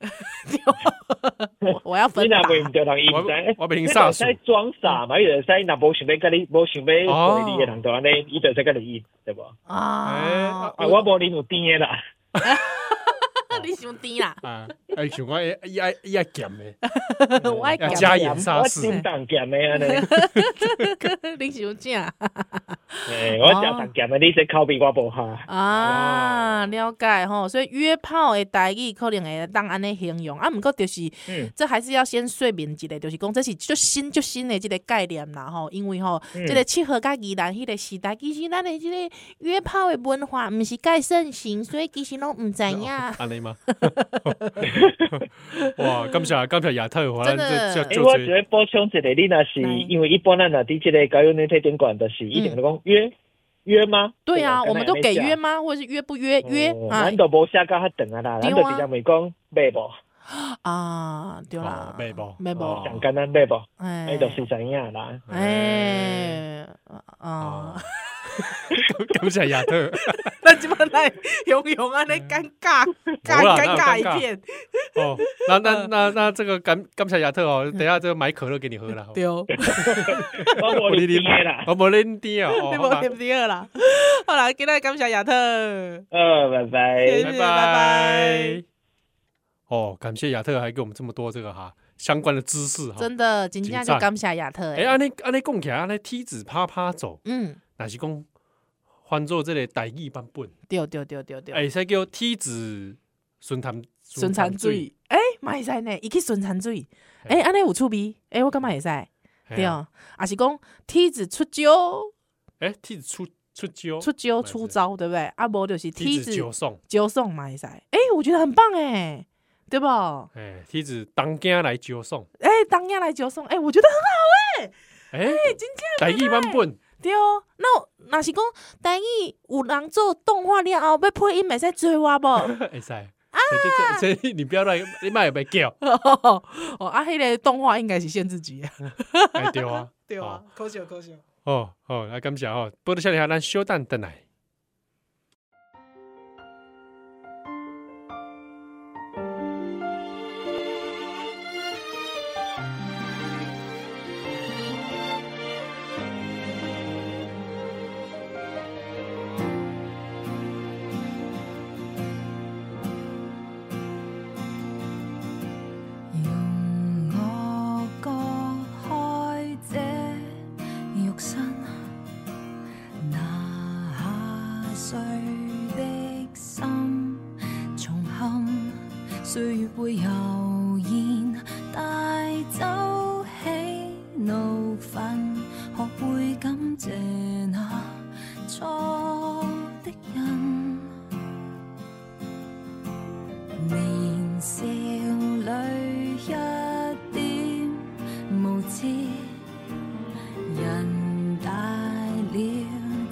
Speaker 3: 我要
Speaker 4: 你
Speaker 3: 分
Speaker 4: 若
Speaker 3: 打
Speaker 4: 袂毋对人伊
Speaker 2: 我
Speaker 4: 毋知。
Speaker 2: 我袂听
Speaker 4: 你
Speaker 2: 啥
Speaker 4: 就
Speaker 2: 数
Speaker 4: 使，装傻嘛，伊就使若无想要甲你，无想
Speaker 2: 哦
Speaker 4: 要对你诶人就安尼，伊就使甲你应，对无？啊，
Speaker 2: 哎
Speaker 3: 啊
Speaker 2: 啊！
Speaker 4: 我无啉有甜诶啦，
Speaker 3: 你想甜啦，
Speaker 2: 啊， 哎想讲哎伊爱伊爱咸的，
Speaker 3: 我爱
Speaker 2: 要
Speaker 3: 咸
Speaker 2: 加盐沙士
Speaker 4: 我，真当咸诶 安尼，
Speaker 3: 你想正
Speaker 4: 诶，我食当咸诶，你这口味我无合。
Speaker 3: 啊，了解吼。所以约炮的代志可能会当安尼形容啊，毋过就是。
Speaker 4: 嗯，
Speaker 3: 这还是要先说明一下，就是讲这是就新就新的这个概念啦吼，因为吼，
Speaker 4: 嗯
Speaker 3: 这个七和甲宜兰迄个时代，其实咱的这个约炮的文化毋是介盛行，所以其实拢毋知影。
Speaker 4: 哦
Speaker 2: 安尼吗？哇，感谢感谢亚特，哎我咱这这
Speaker 3: 真的
Speaker 4: 诶，
Speaker 2: 就
Speaker 4: 欸我
Speaker 2: 这
Speaker 4: 只。会补充一个，你若是
Speaker 3: 来
Speaker 4: 因为一般咱若伫即个交友软体顶管，就是一定就讲约约吗？
Speaker 3: 嗯对啊，
Speaker 4: 吧
Speaker 3: 我们都给约。
Speaker 4: 刚才
Speaker 3: 吗？或者是约不约？
Speaker 4: 有
Speaker 3: 约
Speaker 4: 没讲嗯
Speaker 3: 啊
Speaker 4: 咱都无写到较长啊啦，咱
Speaker 3: 对啊
Speaker 4: 就直接问讲买无，
Speaker 3: 啊，对啦
Speaker 2: 哦，没无
Speaker 3: 没无
Speaker 2: 哦，
Speaker 4: 上简单买无，
Speaker 3: 哎
Speaker 4: 迄就是知影啦。
Speaker 3: 哎啊
Speaker 2: 哎
Speaker 4: 哦
Speaker 2: 哦，感谢亚特，
Speaker 3: 咱即摆来用用安尼啊尴尬尴
Speaker 2: 无啦
Speaker 3: 尴
Speaker 2: 哪
Speaker 3: 尬
Speaker 2: 有尴尬
Speaker 3: 一片，
Speaker 2: 哦，那那那那这个感感谢亚特哦，等一下就买可乐给你喝了。
Speaker 3: 嗯对，哦
Speaker 4: 我无你诶啦，
Speaker 2: 我无恁爹哦，
Speaker 3: 你
Speaker 2: 哦
Speaker 3: 无
Speaker 2: 好吧
Speaker 3: 点第二啦。 好啦，今日感谢亚特。
Speaker 4: 呃，拜拜
Speaker 3: 谢。
Speaker 2: 拜
Speaker 3: 谢
Speaker 2: 拜
Speaker 3: 拜。
Speaker 2: 哦，感谢亚特还给我们这么多这个哈相关的知识哈。
Speaker 3: 真的，真
Speaker 2: 真
Speaker 3: 正就
Speaker 2: 赞
Speaker 3: 感谢亚特
Speaker 2: 哎，
Speaker 3: 诶。
Speaker 2: 安尼安尼讲起来，安尼梯子啪啪走，
Speaker 3: 嗯，
Speaker 2: 若是讲翻做这个台语版本，
Speaker 3: 对对对对对，
Speaker 2: 哎，使叫梯子顺潭
Speaker 3: 顺产，水，哎，嘛会使呢，伊去顺产水，
Speaker 2: 嘿
Speaker 3: 哎，安尼有趣味，哎，我感觉会使，对，
Speaker 2: 哎，
Speaker 3: 啊是讲梯子出招，
Speaker 2: 哎梯子出出招，
Speaker 3: 出招
Speaker 2: 是
Speaker 3: 出招，对不对？啊，无就是
Speaker 2: 梯
Speaker 3: 梯
Speaker 2: 子
Speaker 3: 子
Speaker 2: 九送，
Speaker 3: 招送嘛会使，哎，我觉得很棒哎，对不？
Speaker 2: 哎，梯子当家来九送，
Speaker 3: 哎，当下来招送，哎，我觉得很好，
Speaker 2: 哎，台语版本，
Speaker 3: 对哦。那若是讲，但伊有人做动画了后，要配音，会使追我无？
Speaker 2: 哎塞，这这这你不要来，你卖也别叫，
Speaker 3: 哦，啊，迄个动画应该是限制级啊，
Speaker 2: 哎对啊，
Speaker 3: 对
Speaker 2: 啊，
Speaker 3: 可惜可惜。
Speaker 2: 哦哦，啊感谢哦，不过下下咱小等等来。
Speaker 1: 用我割開這肉身，那下碎的心重堪，歲月會悠然帶走喜怒憤，學會感謝那錯的人。年少裏一點無知，人大了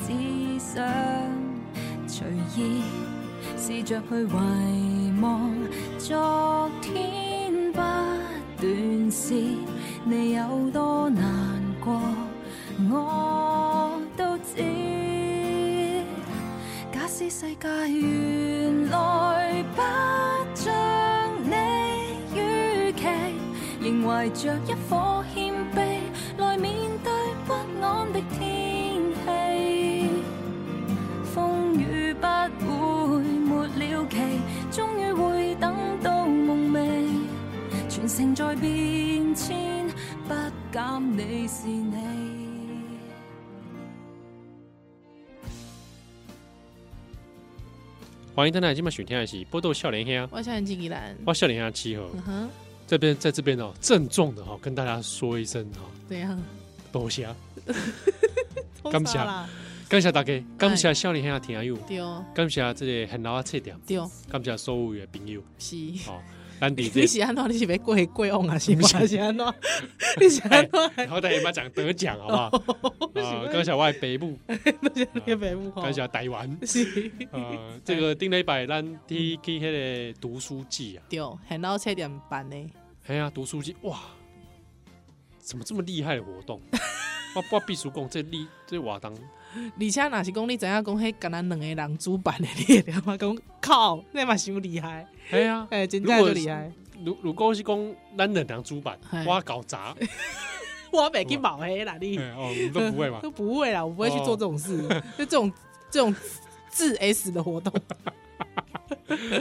Speaker 1: 只想隨意，試着去遺忘昨天不斷是你有多難過，我都知。假使世界原來不像你預期，仍懷着一顆謙卑來面對不安的天氣。風雨不會沒了期，終於會等到夢寐。全城在變遷，不減你是你。
Speaker 2: 欢迎登来，今晚选听的是波豆笑脸兄，
Speaker 3: 我想很记兰，
Speaker 2: 哇，笑脸兄七和
Speaker 3: 嗯哼，
Speaker 2: 这边在这边哦，郑重的哦，跟大家说一声哈、哦，
Speaker 3: 怎样？
Speaker 2: 多谢，
Speaker 3: 感
Speaker 2: 感
Speaker 3: 谢
Speaker 2: 谢
Speaker 3: 啦，
Speaker 2: 感谢大家，感谢笑脸兄的听友，
Speaker 3: 对
Speaker 2: 感谢这个很老的册店，
Speaker 3: 对
Speaker 2: 感谢所有的朋友
Speaker 3: 是。
Speaker 2: 哦，咱伫
Speaker 3: 你
Speaker 2: 这
Speaker 3: 是安怎？你是要过过往啊还 是
Speaker 2: 不是
Speaker 3: 还是安怎？ 你是安怎？
Speaker 2: 好歹也别讲得奖好不 好？
Speaker 3: 哦
Speaker 2: 啊，感谢我的北部，
Speaker 3: 你爸母吼，
Speaker 2: 感谢台湾
Speaker 3: 是
Speaker 2: 呃，这个顶礼拜咱去去迄个读书季啊，
Speaker 3: 对，很老车点办的，
Speaker 2: 哎呀，读书季哇，怎么这么厉害的活 动？我我必须讲这厉这活动。
Speaker 3: 而且若是讲你知影讲迄敢若两个人主办的，你会了吗？讲靠，那嘛伤厉害，
Speaker 2: 哎呀，
Speaker 3: 哎，真
Speaker 2: 如
Speaker 3: 正
Speaker 2: 果
Speaker 3: 就厉害。
Speaker 2: 如如果是讲咱两人主板
Speaker 3: 嘿，
Speaker 2: 我搞砸，
Speaker 3: 我袂去冒黑啦，你
Speaker 2: 嘿哦，你都不会嘛？
Speaker 3: 都不会啦，我不会去
Speaker 2: 哦
Speaker 3: 做这种事， 就这种这种自 S 的活动，
Speaker 2: 哦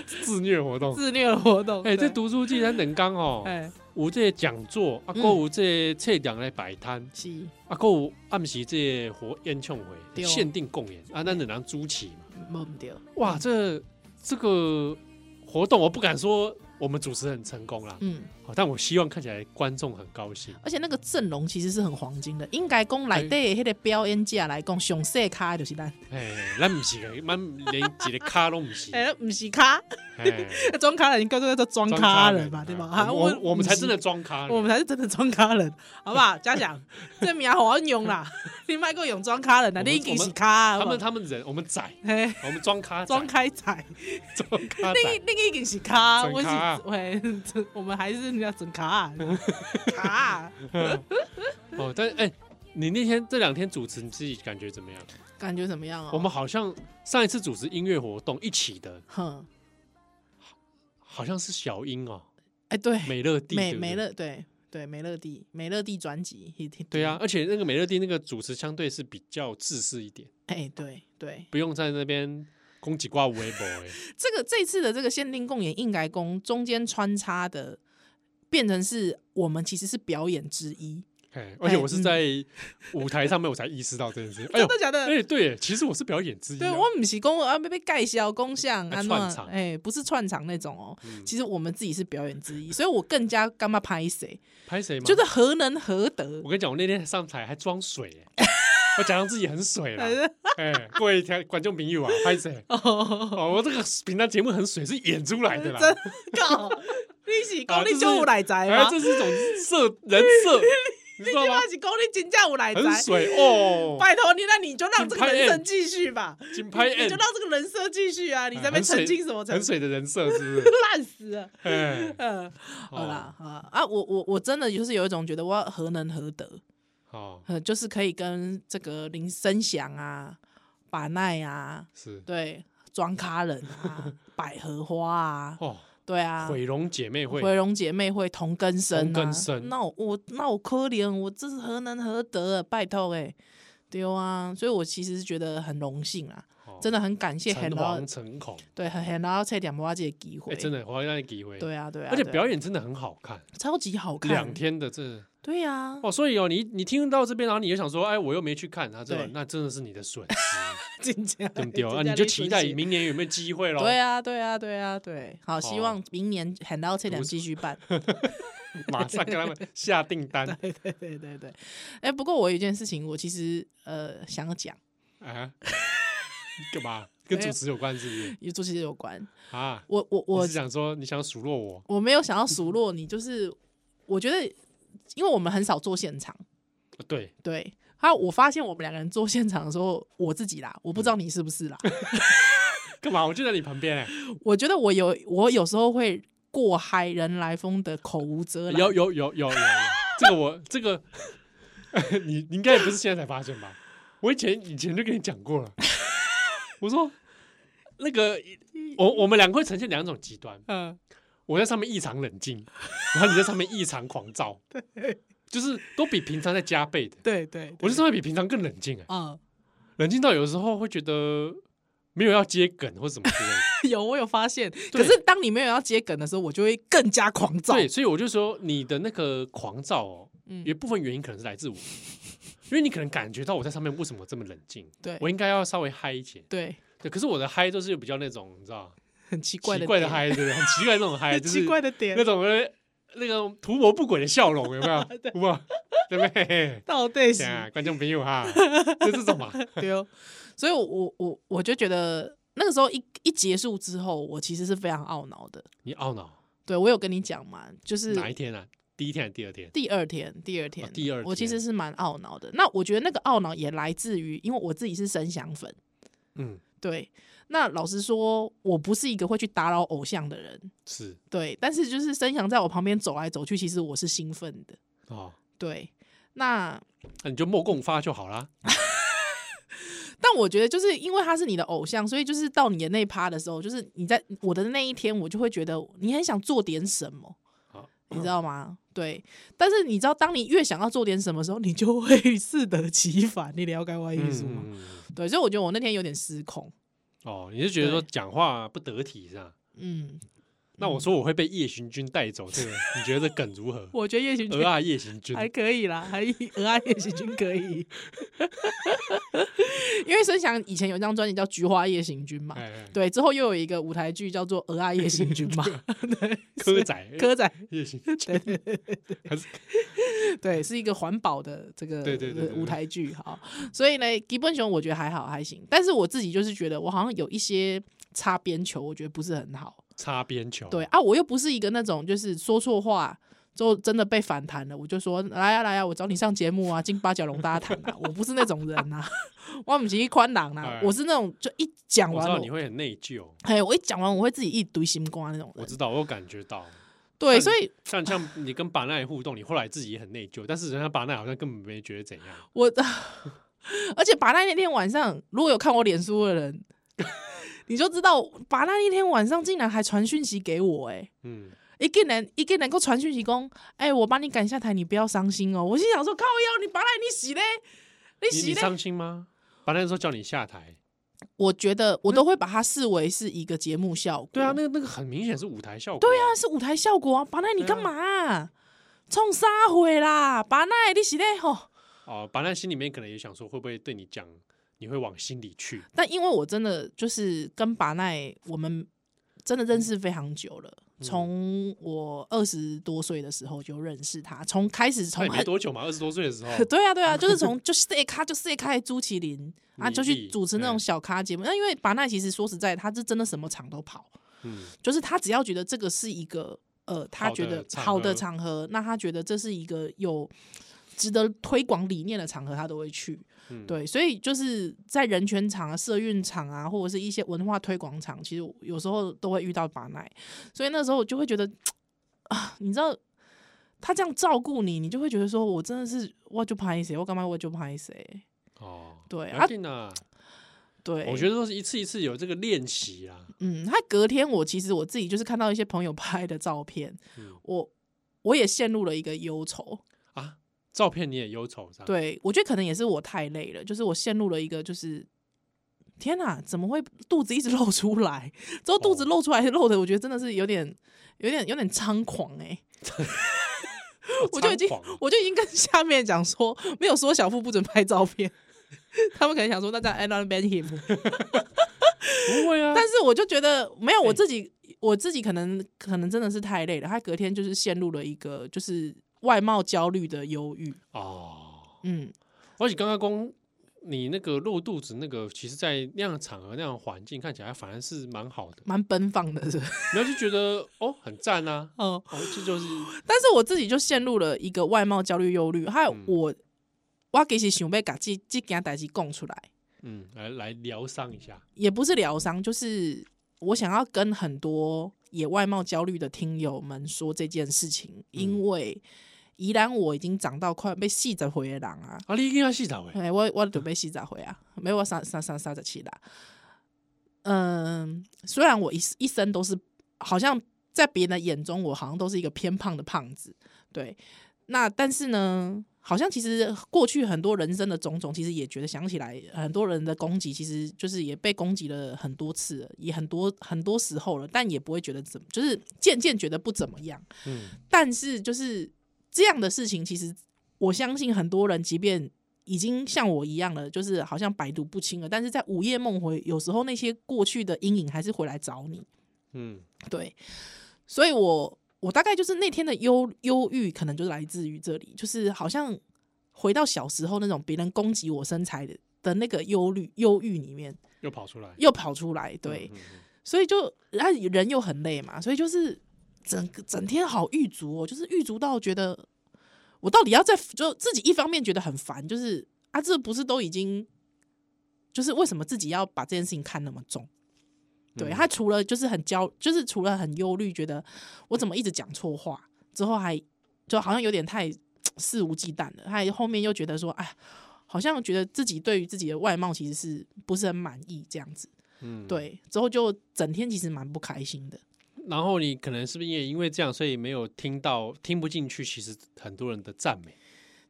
Speaker 2: 自虐活动。
Speaker 3: 自虐的活动。
Speaker 2: 哎，这
Speaker 3: 对
Speaker 2: 读书记咱两刚哦，
Speaker 3: 哎
Speaker 2: 有这个讲座，啊，
Speaker 3: 嗯
Speaker 2: 还有这个册店来摆摊，
Speaker 3: 是
Speaker 2: 啊，还有暗时这个活演唱会
Speaker 3: 对嗯哦
Speaker 2: 限定共演，啊，咱两人主持嘛。
Speaker 3: 无毋对，
Speaker 2: 哇，这这个活动我不敢说我们主持很成功啦，
Speaker 3: 嗯，
Speaker 2: 哦但我希望看起来观众很高兴。
Speaker 3: 而且那个阵容其实是很黄金的，应该讲内底迄个表演者来讲，上色卡的就是咱，
Speaker 2: 哎，咱不是个，咱连一个卡都不是。
Speaker 3: 哎，毋是卡，
Speaker 2: 哎
Speaker 3: 装卡人，叫做叫装卡人吧，对吧？啊
Speaker 2: 我我我们才
Speaker 3: 不是
Speaker 2: 真的装咖人，
Speaker 3: 我们才是真的装卡人，好不好？嘉奖， 这名好好用啦， 你卖过用装卡人啦，
Speaker 2: 我们
Speaker 3: 你一定是卡，
Speaker 2: 他们
Speaker 3: 好
Speaker 2: 他们人，我们宰，
Speaker 3: 不好嘿
Speaker 2: 我们装咖仔
Speaker 3: 啊装开彩，
Speaker 2: 装咖仔
Speaker 3: 另一另一定是卡，
Speaker 2: 装
Speaker 3: 我是
Speaker 2: 卡啊
Speaker 3: 喂， 这 我们还是要整卡啊卡啊，
Speaker 2: 哦，但哎，你那天这两天主持，你自己感觉怎么样？
Speaker 3: 感觉怎么样啊？
Speaker 2: 我们好像上一次主持音乐活动一起的，
Speaker 3: 哼，
Speaker 2: 好像是小英哦，
Speaker 3: 哎，对，
Speaker 2: 美乐蒂，
Speaker 3: 美
Speaker 2: 对不对，
Speaker 3: 美乐对对美乐蒂美乐蒂专辑，嘿嘿
Speaker 2: 对啊，，而且那个美乐蒂那个主持相对是比较自私一点，
Speaker 3: 哎，对对，
Speaker 2: 不用在那边攻击挂微博哎，
Speaker 3: 这个这次的这个限定共演应该公中间穿插的，变成是我们其实是表演之一，
Speaker 2: 哎而且
Speaker 3: 哎
Speaker 2: 我是在舞台上面我才意识到这件事，哎呦
Speaker 3: 真，的假 的？
Speaker 2: 哎对耶，其实我是表演之一啊，
Speaker 3: 对我们是公啊，被被盖销公像
Speaker 2: 还
Speaker 3: 啊，
Speaker 2: 串场
Speaker 3: 哎、不是串场那种哦、
Speaker 2: 嗯
Speaker 3: 其实我们自己是表演之一，所以我更加干嘛拍谁，
Speaker 2: 拍谁吗？
Speaker 3: 觉得何能何德
Speaker 2: 我。跟你讲，我那天上台还装水 耶、我假装自己很水了。哎、各位听观众朋友啊，拍谁？
Speaker 3: 哦，
Speaker 2: 哦，我这个平常节目很水是演出来的啦。
Speaker 3: 真靠！你是
Speaker 2: 啊
Speaker 3: 讲
Speaker 2: 这
Speaker 3: 你
Speaker 2: 是
Speaker 3: 就有来宅
Speaker 2: 哎
Speaker 3: 吗，？
Speaker 2: 这是一种设人设，你知道
Speaker 3: 你
Speaker 2: 吗
Speaker 3: 妈？是讲你真正有来宅？
Speaker 2: 很水哦，
Speaker 3: 拜托你，那你就让这
Speaker 2: 你
Speaker 3: 个
Speaker 2: 拍
Speaker 3: 人
Speaker 2: N
Speaker 3: 生继续吧，
Speaker 2: 金拍
Speaker 3: 你
Speaker 2: N，
Speaker 3: 就让这个人生继续啊！你在那边澄清什么
Speaker 2: 哎很水
Speaker 3: 澄清？
Speaker 2: 很水的人设是不是？
Speaker 3: 烂死了！
Speaker 2: 哎，
Speaker 3: 嗯，
Speaker 2: 哦
Speaker 3: 好啦，好啦啊，我我我真的就是有一种觉得我何能何德，
Speaker 2: 哦好
Speaker 3: 呃，就是可以跟这个林声祥啊、把奈啊，
Speaker 2: 是
Speaker 3: 对，庄咖人 啊、百合花啊，
Speaker 2: 哦，
Speaker 3: 对啊，
Speaker 2: 毁容姐妹会
Speaker 3: 回龙姐妹会同根生、啊，
Speaker 2: 同根生
Speaker 3: 那我我那我可怜，我这是何能何德、啊，拜托哎、对啊，所以我其实是觉得很荣幸啦，
Speaker 2: 哦
Speaker 3: 真的很感谢很
Speaker 2: 诚
Speaker 3: 老
Speaker 2: 惶，诚恐，
Speaker 3: 对，很很老菜点我这个机
Speaker 2: 哎，
Speaker 3: 会，
Speaker 2: 真，的，我要让你机会，
Speaker 3: 对啊，对啊，
Speaker 2: 而且
Speaker 3: 对啊
Speaker 2: 表演真的很好看，
Speaker 3: 超级好看，
Speaker 2: 两，天的这。
Speaker 3: 对啊，
Speaker 2: 哦，所以哦，你你听到这边，然后你就想说，哎，我又没去看，那
Speaker 3: 对
Speaker 2: 这那真的是你的损 失，
Speaker 3: 真的
Speaker 2: 对不对？啊，你就期待明年有没有机会咯。
Speaker 3: 对啊，对啊，对啊，对，好，希
Speaker 2: 哦
Speaker 3: 望明年很到这两
Speaker 2: 如
Speaker 3: 继 续办。
Speaker 2: 马上跟他们下订 单
Speaker 3: 对对对对对，哎，不过我有一件事情，我其实呃想要讲，
Speaker 2: 啊，干嘛？跟主持有关是不是？
Speaker 3: 与主席有关。
Speaker 2: 啊，
Speaker 3: 我哎我
Speaker 2: 我
Speaker 3: 我
Speaker 2: 是想说，你想数落我
Speaker 3: 我没有想要数落你， 就是我觉得，因为我们很少做现场，
Speaker 2: 呃对，
Speaker 3: 对。还有我发现我们两个人做现场的时候，我自己啦，我不知道你是不是 啦，
Speaker 2: 干嘛？我就在你旁边哎，
Speaker 3: 我觉得我有我有时候会过嗨人来疯的口无遮拦
Speaker 2: 有，有有有有，有这个我这个， 你你应该也不是现在才发现吧？我以前以前就跟你讲过了， 我说那个我我们两个会呈现两种极端，
Speaker 3: 嗯，
Speaker 2: 我在上面异常冷静，然后你在上面异常狂 躁，就是都比平常在加倍的。
Speaker 3: 对对，
Speaker 2: 我就上面比平常更冷静哎、
Speaker 3: 嗯，
Speaker 2: 冷静到有时候会觉得没有要接梗或什么之类的。
Speaker 3: 有我有发现，可
Speaker 2: 对
Speaker 3: 是当你没有要接梗的时候，我就会更加狂躁。
Speaker 2: 对，所以我就说你的那个狂躁哦，
Speaker 3: 嗯
Speaker 2: 有一部分原因可能是来 自我，因为你可能感觉到我在上面为什么这么冷静，
Speaker 3: 对
Speaker 2: 我应该要稍微嗨一些。
Speaker 3: 对，
Speaker 2: 对，可是我的嗨都是比较那种你知道
Speaker 3: 很奇怪
Speaker 2: 奇
Speaker 3: 的
Speaker 2: 怪的
Speaker 3: 点，
Speaker 2: 嗨，对不对，很奇怪的那种嗨，
Speaker 3: 很
Speaker 2: 就是
Speaker 3: 奇怪的点
Speaker 2: 那，种呃那种图谋不轨的笑容，有没 有？有没有？对不对？
Speaker 3: 到底是
Speaker 2: 啊，观众朋友哈，就这种嘛，
Speaker 3: 对哦。所以我，我我我就觉得那个时候一一结束之后，我其实是非常懊恼的。
Speaker 2: 你懊恼
Speaker 3: 对我有跟你讲嘛，就是
Speaker 2: 哪一天啊？第一天还是第二天？
Speaker 3: 第二天，第二天，
Speaker 2: 第二
Speaker 3: 我其
Speaker 2: 天
Speaker 3: 实是蛮懊恼的。那我觉得那个懊恼也来自于，因为我自己是生祥粉，
Speaker 2: 嗯，
Speaker 3: 对。那老实说，我不是一个会去打扰偶像的人，
Speaker 2: 是
Speaker 3: 对。但是就是生祥在我旁边走来走去，其实我是兴奋的，
Speaker 2: 哦，
Speaker 3: 对。那
Speaker 2: 那你就莫共发就好啦。
Speaker 3: 但我觉得，就是因为他是你的偶像，所以就是到你的那一趴的时候，就是你在我的那一天，我就会觉得你很想做点什么
Speaker 2: 好，嗯
Speaker 3: 你知道吗？对。但是你知道，当你越想要做点什么时候，你就会 适得其反。你了解我的意思吗？
Speaker 2: 嗯嗯嗯嗯
Speaker 3: 对，所以我觉得我那天有点失控。
Speaker 2: 哦，你是觉得说讲话不得体是吧？
Speaker 3: 嗯，
Speaker 2: 那我说我会被夜行军带走，这个你觉得这梗如何？
Speaker 3: 我觉得夜行
Speaker 2: 鹅
Speaker 3: 军
Speaker 2: 啊，夜行军，
Speaker 3: 还可以啦，还鹅啊夜行军可以， 因为孙翔以前有一张专辑叫《菊花夜行军》嘛。
Speaker 2: 哎，
Speaker 3: 对，之后又有一个舞台剧叫做《鹅啊夜行军》嘛，
Speaker 2: 科仔，
Speaker 3: 歌仔
Speaker 2: 夜行 军， 还是
Speaker 3: 对，是一个环保的这个
Speaker 2: 对对对对
Speaker 3: 呃
Speaker 2: 对
Speaker 3: 舞台剧，好，所以呢，吉本熊我觉得还好还行，但是我自己就是觉得我好像有一些擦边球，我觉得不是很好。
Speaker 2: 擦边球？
Speaker 3: 对，啊，我又不是一个那种就是说错话之后真的被反弹了，我就说来啊呀、来呀、我找你上节目啊，进八角龙大谈啊，我不是那种人啊， 我不是一宽朗啊
Speaker 2: 哎，
Speaker 3: 我是那种就一讲
Speaker 2: 我
Speaker 3: 完
Speaker 2: 知
Speaker 3: 了
Speaker 2: 道你会很内疚，
Speaker 3: 嘿，我一讲完我会自己一堆心瓜那种
Speaker 2: 我
Speaker 3: 人
Speaker 2: 知。道，我有感觉到，
Speaker 3: 对，
Speaker 2: 但
Speaker 3: 所以
Speaker 2: 像像你跟巴奈互动，你后来自己也很内疚，但是人家巴奈好像根本没觉得怎样。
Speaker 3: 我，而且把那一天晚上，如果有看我脸书的人，你就知道，把那一天晚上竟然还传讯息给我、哎。
Speaker 2: 嗯，
Speaker 3: 一个人一个人够传讯息讲，哎、我把你赶下台，你不要伤心哦。我心想说，靠腰，你把来你洗嘞，你
Speaker 2: 你
Speaker 3: 洗
Speaker 2: 你
Speaker 3: 嘞。
Speaker 2: 伤心吗？巴奈说叫你下台，
Speaker 3: 我觉得我都会把它视为是一个节目效果。
Speaker 2: 对啊，那个那个很明显是舞台效果。
Speaker 3: 对啊，，是舞台效果啊。把奈你干嘛、啊冲啥回啦？把奈你洗嘞吼。
Speaker 2: 哦，巴奈心里面可能也想说，会不会对你讲，你会往心里去？
Speaker 3: 但因为我真的就是跟把奈，我们真的认识非常久了，
Speaker 2: 嗯
Speaker 3: 从我二十多岁的时候就认识他，从开始
Speaker 2: 那
Speaker 3: 从
Speaker 2: 你没
Speaker 3: 很
Speaker 2: 多久嘛，二十多岁的时候，
Speaker 3: 对啊，对啊，就是从就是这一咖就是一咖朱麒麟啊，
Speaker 2: 米
Speaker 3: 就去
Speaker 2: 粒
Speaker 3: 主持那种
Speaker 2: 对
Speaker 3: 小咖节目。那因为巴奈其实说实在，他是真的什么场都跑，
Speaker 2: 嗯，
Speaker 3: 就是他只要觉得这个是一个呃，他
Speaker 2: 好
Speaker 3: 觉
Speaker 2: 的
Speaker 3: 得
Speaker 2: 场
Speaker 3: 好的
Speaker 2: 合
Speaker 3: 场合，那他觉得这是一个有值得推广理念的场合，他都会去。
Speaker 2: 嗯
Speaker 3: 对，所以就是在人权场啊、社运场啊，或者是一些文化推广场，其实我有时候都会遇到巴奈，所以那时候我就会觉得啊，你知道。他这样照顾你，你就会觉得说，我真的是我就拍谁，我干嘛我就拍谁，
Speaker 2: 哦，
Speaker 3: 对啊
Speaker 2: 阿定啊，
Speaker 3: 对，
Speaker 2: 我觉得都是一次一次有这个练习啊。
Speaker 3: 嗯，他隔天我其实我自己就是看到一些朋友拍的照片，
Speaker 2: 嗯
Speaker 3: 我我也陷入了一个忧愁。
Speaker 2: 啊，照片你也忧愁是吧？，
Speaker 3: 对我觉得可能也是我太累了，就是我陷入了一个就是天哪、怎么会肚子一直 露出来？之后肚子
Speaker 2: 哦
Speaker 3: 露出来露的，我觉得真的是有点有点有点猖狂哎、我就已经
Speaker 2: 猖狂
Speaker 3: 我就已经跟下面讲说，没有说小腹不准拍照片。 他们可能想说，那这样 I don't ban him，
Speaker 2: 不会啊，
Speaker 3: 但是我就觉得没有我
Speaker 2: 哎
Speaker 3: 自己，我自己可能可能真的是太累了。他隔天就是陷入了一个就是外貌焦虑的忧郁。
Speaker 2: 哦，
Speaker 3: 嗯，
Speaker 2: 而且刚刚公你那个露肚子那个，其实，在那样的场合、那样的环境看起来反而是蛮好的，
Speaker 3: 蛮奔放的是吧。
Speaker 2: 然后就觉得哦很赞啊，
Speaker 3: 哦，
Speaker 2: 哦这就是
Speaker 3: 但是我自己就陷入了一个外貌焦虑忧虑，还有
Speaker 2: 嗯
Speaker 3: 我。我其实想要把这这件代志供出来，
Speaker 2: 嗯来来疗伤一下，
Speaker 3: 也不是疗伤，就是我想要跟很多也外貌焦虑的听友们说这件事情，因为宜兰我已经长到快被细着回的人啊，
Speaker 2: 啊你一定要洗澡哎，
Speaker 3: 哎、我我准备洗澡回啊，没有我三三三三十七啦。嗯，虽然我一一生都是好像在别人的眼中，我好像都是一个偏胖的胖子，对。那但是呢，好像其实过去很多人生的种种，其实也觉得想起来，很多人的攻击，其实就是也被攻击了很多次了，也很多很多时候了，但也不会觉得怎么，就是渐渐觉得不怎么样。
Speaker 2: 嗯
Speaker 3: 但是就是这样的事情，其实我相信很多人，即便已经像我一样了，就是好像百毒不侵了，但是在午夜梦回，有时候那些过去的阴影还是回来找你。
Speaker 2: 嗯
Speaker 3: 对，所以我我大概就是那天的忧忧郁，可能就来自于这里，就是好像回到小时候那种别人攻击我身材的的那个忧虑忧郁里面
Speaker 2: 又跑出来，
Speaker 3: 又跑出来。对，
Speaker 2: 嗯，嗯嗯
Speaker 3: 所以就啊人又很累嘛，所以就是整个整天好狱卒哦，就是狱卒到觉得我到底要在就自己一方面觉得很烦，就是啊这不是都已经就是为什么自己要把这件事情看那么重？对
Speaker 2: 嗯
Speaker 3: 他除了就是很焦，就是除了很忧虑，觉得我怎么一直讲错话，之后还就好像有点太肆无忌惮了，他后面又觉得说，哎，好像觉得自己对于自己的外貌其实是不是很满意这样子。
Speaker 2: 嗯，
Speaker 3: 对，之后就整天其实蛮不开心的。
Speaker 2: 然后你可能是不是也因为这样，所以没有听到听不进去，其实很多人的赞美，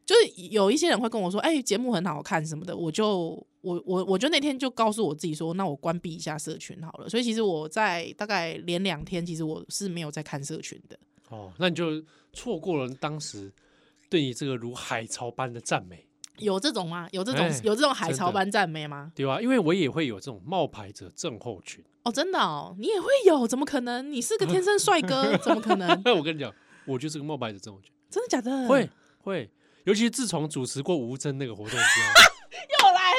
Speaker 3: 就是有一些人会跟我说：“哎、节目很好看什么的。”我就我我我就那天就告诉我自己说：“那我关闭一下社群好了。”所以其实我在大概连两天，其实我是没有在看社群的。
Speaker 2: 哦，那你就错过了当时对你这个如海潮般的赞美，
Speaker 3: 有这种吗？有这种、
Speaker 2: 哎
Speaker 3: 有这种海
Speaker 2: 真
Speaker 3: 潮
Speaker 2: 的
Speaker 3: 般赞美吗？
Speaker 2: 对吧、因为我也会有这种冒牌者症候群。
Speaker 3: 哦，真的哦，你也会有？怎么可能？你是个天生帅哥， 怎么可能？
Speaker 2: 那我跟你讲，我就是个冒牌者症候群，
Speaker 3: 真的假的？
Speaker 2: 会会，尤其是自从主持过吴征那个活动之后，
Speaker 3: 又来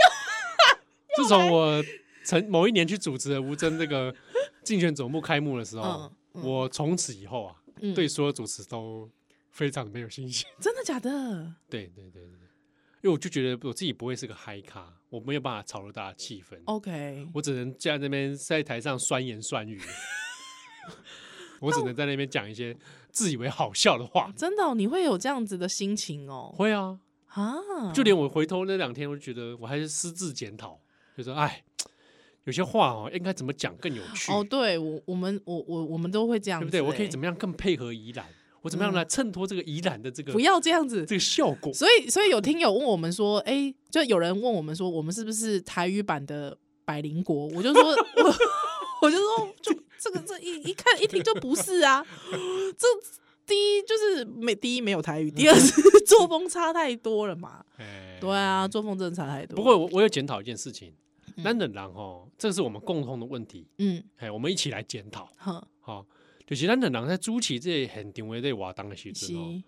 Speaker 2: 自从我曾某一年去主持了吴征那个竞选总部开幕的时候
Speaker 3: 嗯，嗯
Speaker 2: 我从此以后啊，
Speaker 3: 嗯
Speaker 2: 对所有主持都非常的没有信 心。
Speaker 3: 真的假的？
Speaker 2: 对对对对，对因为我就觉得我自己不会是个嗨咖，我没有办法炒热大家气
Speaker 3: 哦
Speaker 2: 氛。
Speaker 3: ？OK，
Speaker 2: 我只能在那边在台上酸言酸语，我只能在那边讲一些自以为好笑的话。
Speaker 3: 真的哦、你会有这样子的心情哦
Speaker 2: 会啊，
Speaker 3: 啊！
Speaker 2: 就连我回头那两天，我就觉得我还是私自检讨，就说哎，有些话哦，应该怎么讲更有趣，
Speaker 3: 哦，对我我们我我我们都会这样
Speaker 2: 对
Speaker 3: 子、
Speaker 2: 不对？我可以
Speaker 3: 欸
Speaker 2: 怎么样更配合宜兰？我怎么样来衬托这个宜兰的这个
Speaker 3: 不要这样子？
Speaker 2: 这个效 果？
Speaker 3: 所以，所以有听友问我们说，哎、就有人问我们说，我们是不是台语版的百灵国？我就说，我 我就说，就这个这一一看一听就不是啊。这第一就是没第一没有台语，第二 是作风差太多了嘛。
Speaker 2: 哎
Speaker 3: 对啊，作风真的差太多。
Speaker 2: 不过，我我有检讨一件事情，南等狼哦，这是我们共同的问题，
Speaker 3: 嗯，
Speaker 2: 哎，我们一起来检讨。
Speaker 3: 哼，
Speaker 2: 好、就是咱两人在主持这个现场的这个活动的时
Speaker 3: 是
Speaker 2: 阵哦，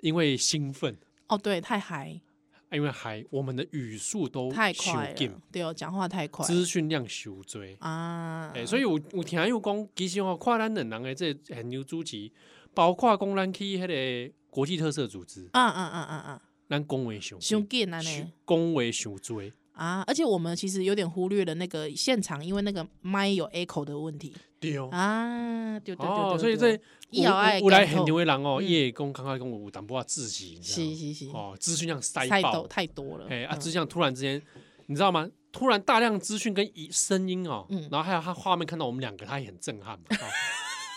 Speaker 2: 因为兴奋，
Speaker 3: 哦，对，太嗨，
Speaker 2: 啊因为还我们的语速都
Speaker 3: 太
Speaker 2: 哦太
Speaker 3: 快了，对哦，讲话太快
Speaker 2: 资讯量修追。
Speaker 3: 啊。
Speaker 2: 哎、所以我我听又讲，其实哦，看咱两人的这个现场主持，包括讲咱去迄个国际特色组织，
Speaker 3: 啊啊啊啊啊，
Speaker 2: 咱讲话上
Speaker 3: 胸紧啊呢。
Speaker 2: 讲话上追，
Speaker 3: 啊，而且我们其实有点忽略了那个现场，因为那个麦有 echo 的问题
Speaker 2: 对哦。
Speaker 3: 啊，对对对
Speaker 2: 哦，
Speaker 3: 对
Speaker 2: 所以这
Speaker 3: 对
Speaker 2: 有
Speaker 3: 以后爱
Speaker 2: 有有来
Speaker 3: 感
Speaker 2: 现
Speaker 3: 受
Speaker 2: 场的人哦，
Speaker 3: 嗯
Speaker 2: 伊会讲刚刚讲有淡薄仔窒息，你知道吗
Speaker 3: 是是是，
Speaker 2: 哦，资讯量塞
Speaker 3: 太
Speaker 2: 爆
Speaker 3: 多，太多了，
Speaker 2: 哎、啊，
Speaker 3: 嗯
Speaker 2: 只想突然之间，你知道吗？突然大量资讯跟一声音哦，
Speaker 3: 嗯
Speaker 2: 然后还有他画面看到我们两个，他也很震撼嘛。哦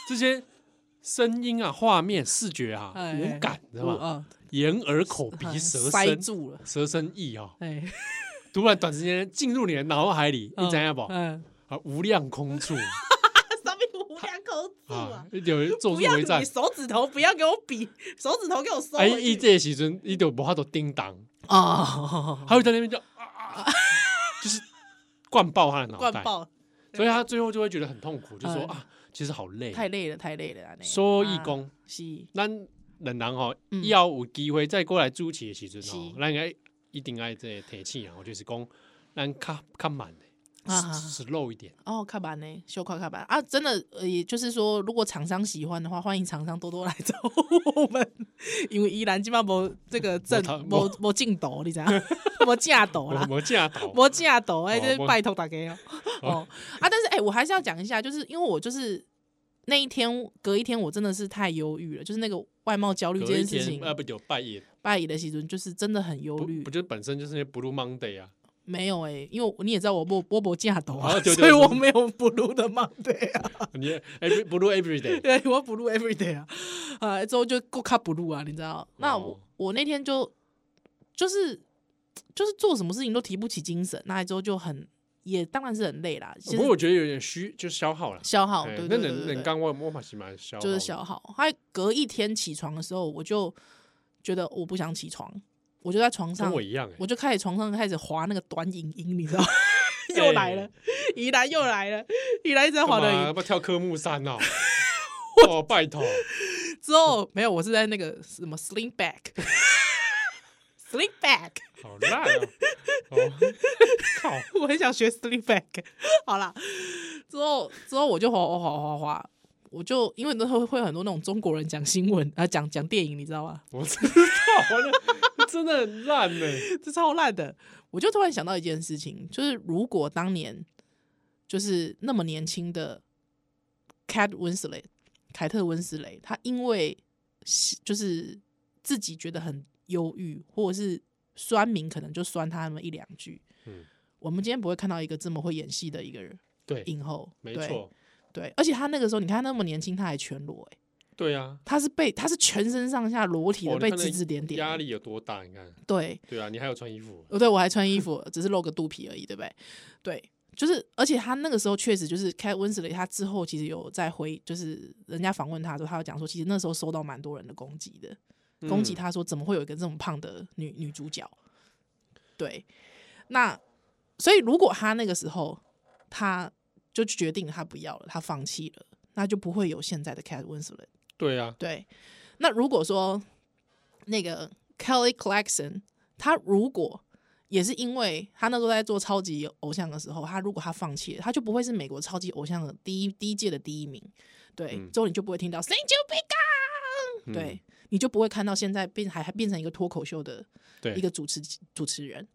Speaker 2: 这些声音啊、画面、视觉啊，
Speaker 3: 哎
Speaker 2: 无感，你知道
Speaker 3: 我
Speaker 2: 吗？
Speaker 3: 啊，
Speaker 2: 眼、耳、口、鼻、
Speaker 3: 哎
Speaker 2: 舌、
Speaker 3: 塞
Speaker 2: 身、
Speaker 3: 住了，
Speaker 2: 舌、身、意啊、哦，
Speaker 3: 哎，
Speaker 2: 突然短时间进入你的脑海里，你知道不？
Speaker 3: 嗯，
Speaker 2: 啊，无量空 处
Speaker 3: 上面无两口字
Speaker 2: 啊
Speaker 3: 啊，，
Speaker 2: 有做
Speaker 3: 不
Speaker 2: 出
Speaker 3: 要
Speaker 2: 为战
Speaker 3: 你。手指头不要给我比，手指头给我收
Speaker 2: 哎，
Speaker 3: 回
Speaker 2: 伊
Speaker 3: 去
Speaker 2: 这个时阵，伊就无法度叮当，
Speaker 3: 哦，
Speaker 2: 他会在那边就啊啊，啊 就是灌爆他的脑
Speaker 3: 灌
Speaker 2: 袋。
Speaker 3: 爆，
Speaker 2: 所以他最后就会觉得很痛苦，就说
Speaker 3: 嗯
Speaker 2: 啊，其实好累。
Speaker 3: 太累了，太累了啊，那样
Speaker 2: 所以
Speaker 3: 啊
Speaker 2: 讲，
Speaker 3: 是
Speaker 2: 咱人人吼，
Speaker 3: 嗯
Speaker 2: 以后有机会再过来主持的时阵吼，
Speaker 3: 是
Speaker 2: 咱应该一定爱这个提醒啊，我就是讲，咱较较慢的
Speaker 3: 啊啊啊
Speaker 2: ，slow 一点。
Speaker 3: 哦，看板呢，修快看板啊，真的，呃，也就是说，如果厂商喜欢的话，欢迎厂商多多来找我们，因为依然基本上没这个正
Speaker 2: 头
Speaker 3: 没没进度，你知道，没架斗
Speaker 2: 我
Speaker 3: 啦，
Speaker 2: 我架 倒，
Speaker 3: 没架斗，哎，
Speaker 2: 哦
Speaker 3: 这
Speaker 2: 没
Speaker 3: 拜托大家哦，哦啊，但是哎，我还是要讲一下，就是因为我就是那一天隔一天，我真的是太忧郁了，就是那个外貌焦虑这
Speaker 2: 隔一
Speaker 3: 件事
Speaker 2: 天
Speaker 3: 情，
Speaker 2: 呃不有半夜，
Speaker 3: 拜一的时阵就是真的很忧
Speaker 2: 不
Speaker 3: 虑
Speaker 2: 不，就本身就是那 Blue Monday 啊，
Speaker 3: 没有哎，因为我你也知道我没我没架斗啊
Speaker 2: 哦，对对
Speaker 3: 所以我
Speaker 2: 对
Speaker 3: 没有不如的嘛，对啊。
Speaker 2: 你 every Blue Every Day，
Speaker 3: 对，我不录 every day 啊，啊，之后就够卡不录啊，你知道？那我、
Speaker 2: 哦
Speaker 3: 我那天就就是就是做什么事情都提不起精神，那之后就很也当然是很累啦，其
Speaker 2: 不
Speaker 3: 实
Speaker 2: 过我觉得有点虚，就消耗了。
Speaker 3: 消耗，
Speaker 2: 哎
Speaker 3: 对
Speaker 2: 那
Speaker 3: 对对
Speaker 2: 人
Speaker 3: 对
Speaker 2: 人
Speaker 3: 对
Speaker 2: 刚我我嘛是蛮消耗的，
Speaker 3: 就是消耗。还隔一天起床的时候，我就觉得我不想起床，我就在床
Speaker 2: 跟
Speaker 3: 上，
Speaker 2: 我
Speaker 3: 我
Speaker 2: 一样哎，
Speaker 3: 就开始床上开始滑那个短影音，你知道？ 又来了，宜兰又来了，宜兰一直在滑
Speaker 2: 干
Speaker 3: 短
Speaker 2: 嘛
Speaker 3: 影
Speaker 2: 要
Speaker 3: 音。
Speaker 2: 不要跳科目三 哦？哦，拜托。
Speaker 3: 之后没有，我是在那个什么 sling back，sling back。
Speaker 2: 好烂哦！哦，靠！
Speaker 3: 我很想学 sleep back。好 啦，之后之后我就滑滑滑滑滑，我就因为那时候会有很多那种中国人讲新闻啊，讲讲电影，你知道吗？
Speaker 2: 我知道了，真的很烂 呢。
Speaker 3: 这超烂的。我就突然想到一件事情，就是如果当年就是那么年轻的 Cat Winslet 凯特温斯雷，她因为是就是自己觉得很忧郁，或者是酸民可能就酸他们一两句，
Speaker 2: 嗯
Speaker 3: 我们今天不会看到一个这么会演戏的一个人。
Speaker 2: 对，
Speaker 3: 影后，
Speaker 2: 没
Speaker 3: 对
Speaker 2: 错，
Speaker 3: 对，而且他那个时候，你看他那么年轻，他还全裸、欸，
Speaker 2: 对啊，
Speaker 3: 他是被他是全身上下裸体
Speaker 2: 哦
Speaker 3: 的
Speaker 2: 你
Speaker 3: 被
Speaker 2: 看那
Speaker 3: 指指点点，
Speaker 2: 压，力有多大？你看，
Speaker 3: 对，
Speaker 2: 对啊，你还有穿衣服，
Speaker 3: 哦，对我还穿衣服，只是露个肚皮而已，对不对？对，就是，而且他那个时候确实就是 Cat Winslet，他之后其实有在回，就是人家访问他的时候，他有讲说，其实那时候收到蛮多人的攻击的，攻击
Speaker 2: 嗯
Speaker 3: 他说怎么会有一个这么胖的女女主角？对，那所以如果他那个时候他就决定他不要了，他放弃了，那就不会有现在的 Cat Winslet。
Speaker 2: 对啊，
Speaker 3: 对，那如果说那个 Kelly Clarkson，他如果也是因为他那时候在做超级偶像的时候，他如果他放弃了，他就不会是美国超级偶像的第一第一届的第一名。对，
Speaker 2: 嗯
Speaker 3: 之后你就不会听到 Thank you,
Speaker 2: 嗯
Speaker 3: Big g a 对，你就不会看到现在变还还变成一个脱口秀的
Speaker 2: 对，
Speaker 3: 一个主持主持人。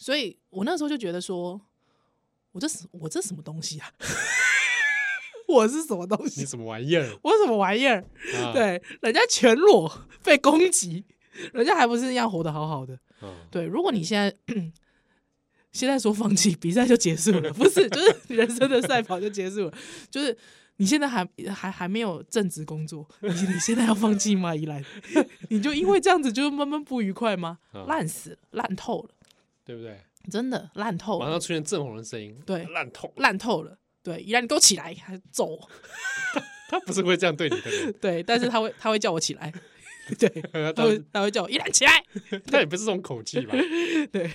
Speaker 3: 所以我那时候就觉得说，我这是我这什么东西啊？ 我是什么东
Speaker 2: 你
Speaker 3: 西？
Speaker 2: 什么玩意儿？
Speaker 3: 我什么玩意儿？
Speaker 2: 啊，
Speaker 3: 对，人家全裸被攻击，人家还不是一样活得好好的？
Speaker 2: 嗯
Speaker 3: 对，如果你现在 现在说放弃，比赛就结束了，不是，就是你人生的赛跑就结束了，就是你现在还还还没有正职工作，你你现在要放弃吗？依兰，你就因为这样子就闷闷不愉快吗
Speaker 2: 嗯？
Speaker 3: 烂死了，烂透了，
Speaker 2: 对不对？
Speaker 3: 真的烂透
Speaker 2: 马
Speaker 3: 了，
Speaker 2: 上出现正红的声音，
Speaker 3: 对
Speaker 2: 烂透。
Speaker 3: 烂透了。对，依兰，你给我起来，还揍我。
Speaker 2: 他不是会这样对你的 人，
Speaker 3: 对，但是他会，他会叫我起来。 对，
Speaker 2: 他
Speaker 3: 他会，他会叫我依兰起来。
Speaker 2: 他也不是这种口气 吧？
Speaker 3: 对，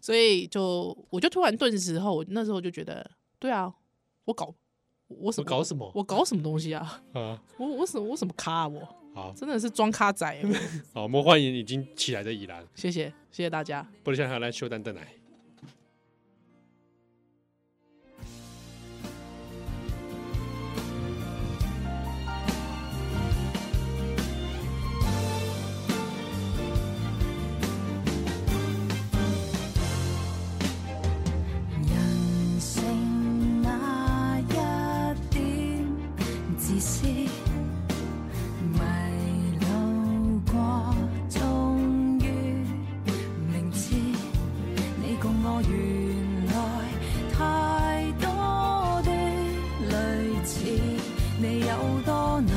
Speaker 3: 所以就我就突然顿时后，我那时候就觉得，对啊，我搞我什
Speaker 2: 我
Speaker 3: 么
Speaker 2: 搞什么？
Speaker 3: 我搞什么东西啊？
Speaker 2: 啊，
Speaker 3: 我我什么我什么咖、啊、我
Speaker 2: 好
Speaker 3: 真的是装咖仔、欸我
Speaker 2: 哦好，我们欢迎已经起来的以兰，
Speaker 3: 谢谢谢谢大家。
Speaker 2: 不能想想来秀蛋蛋奶。
Speaker 1: 人性那一點自私，迷路過，終於明知你共我原來太多的類似，你有多難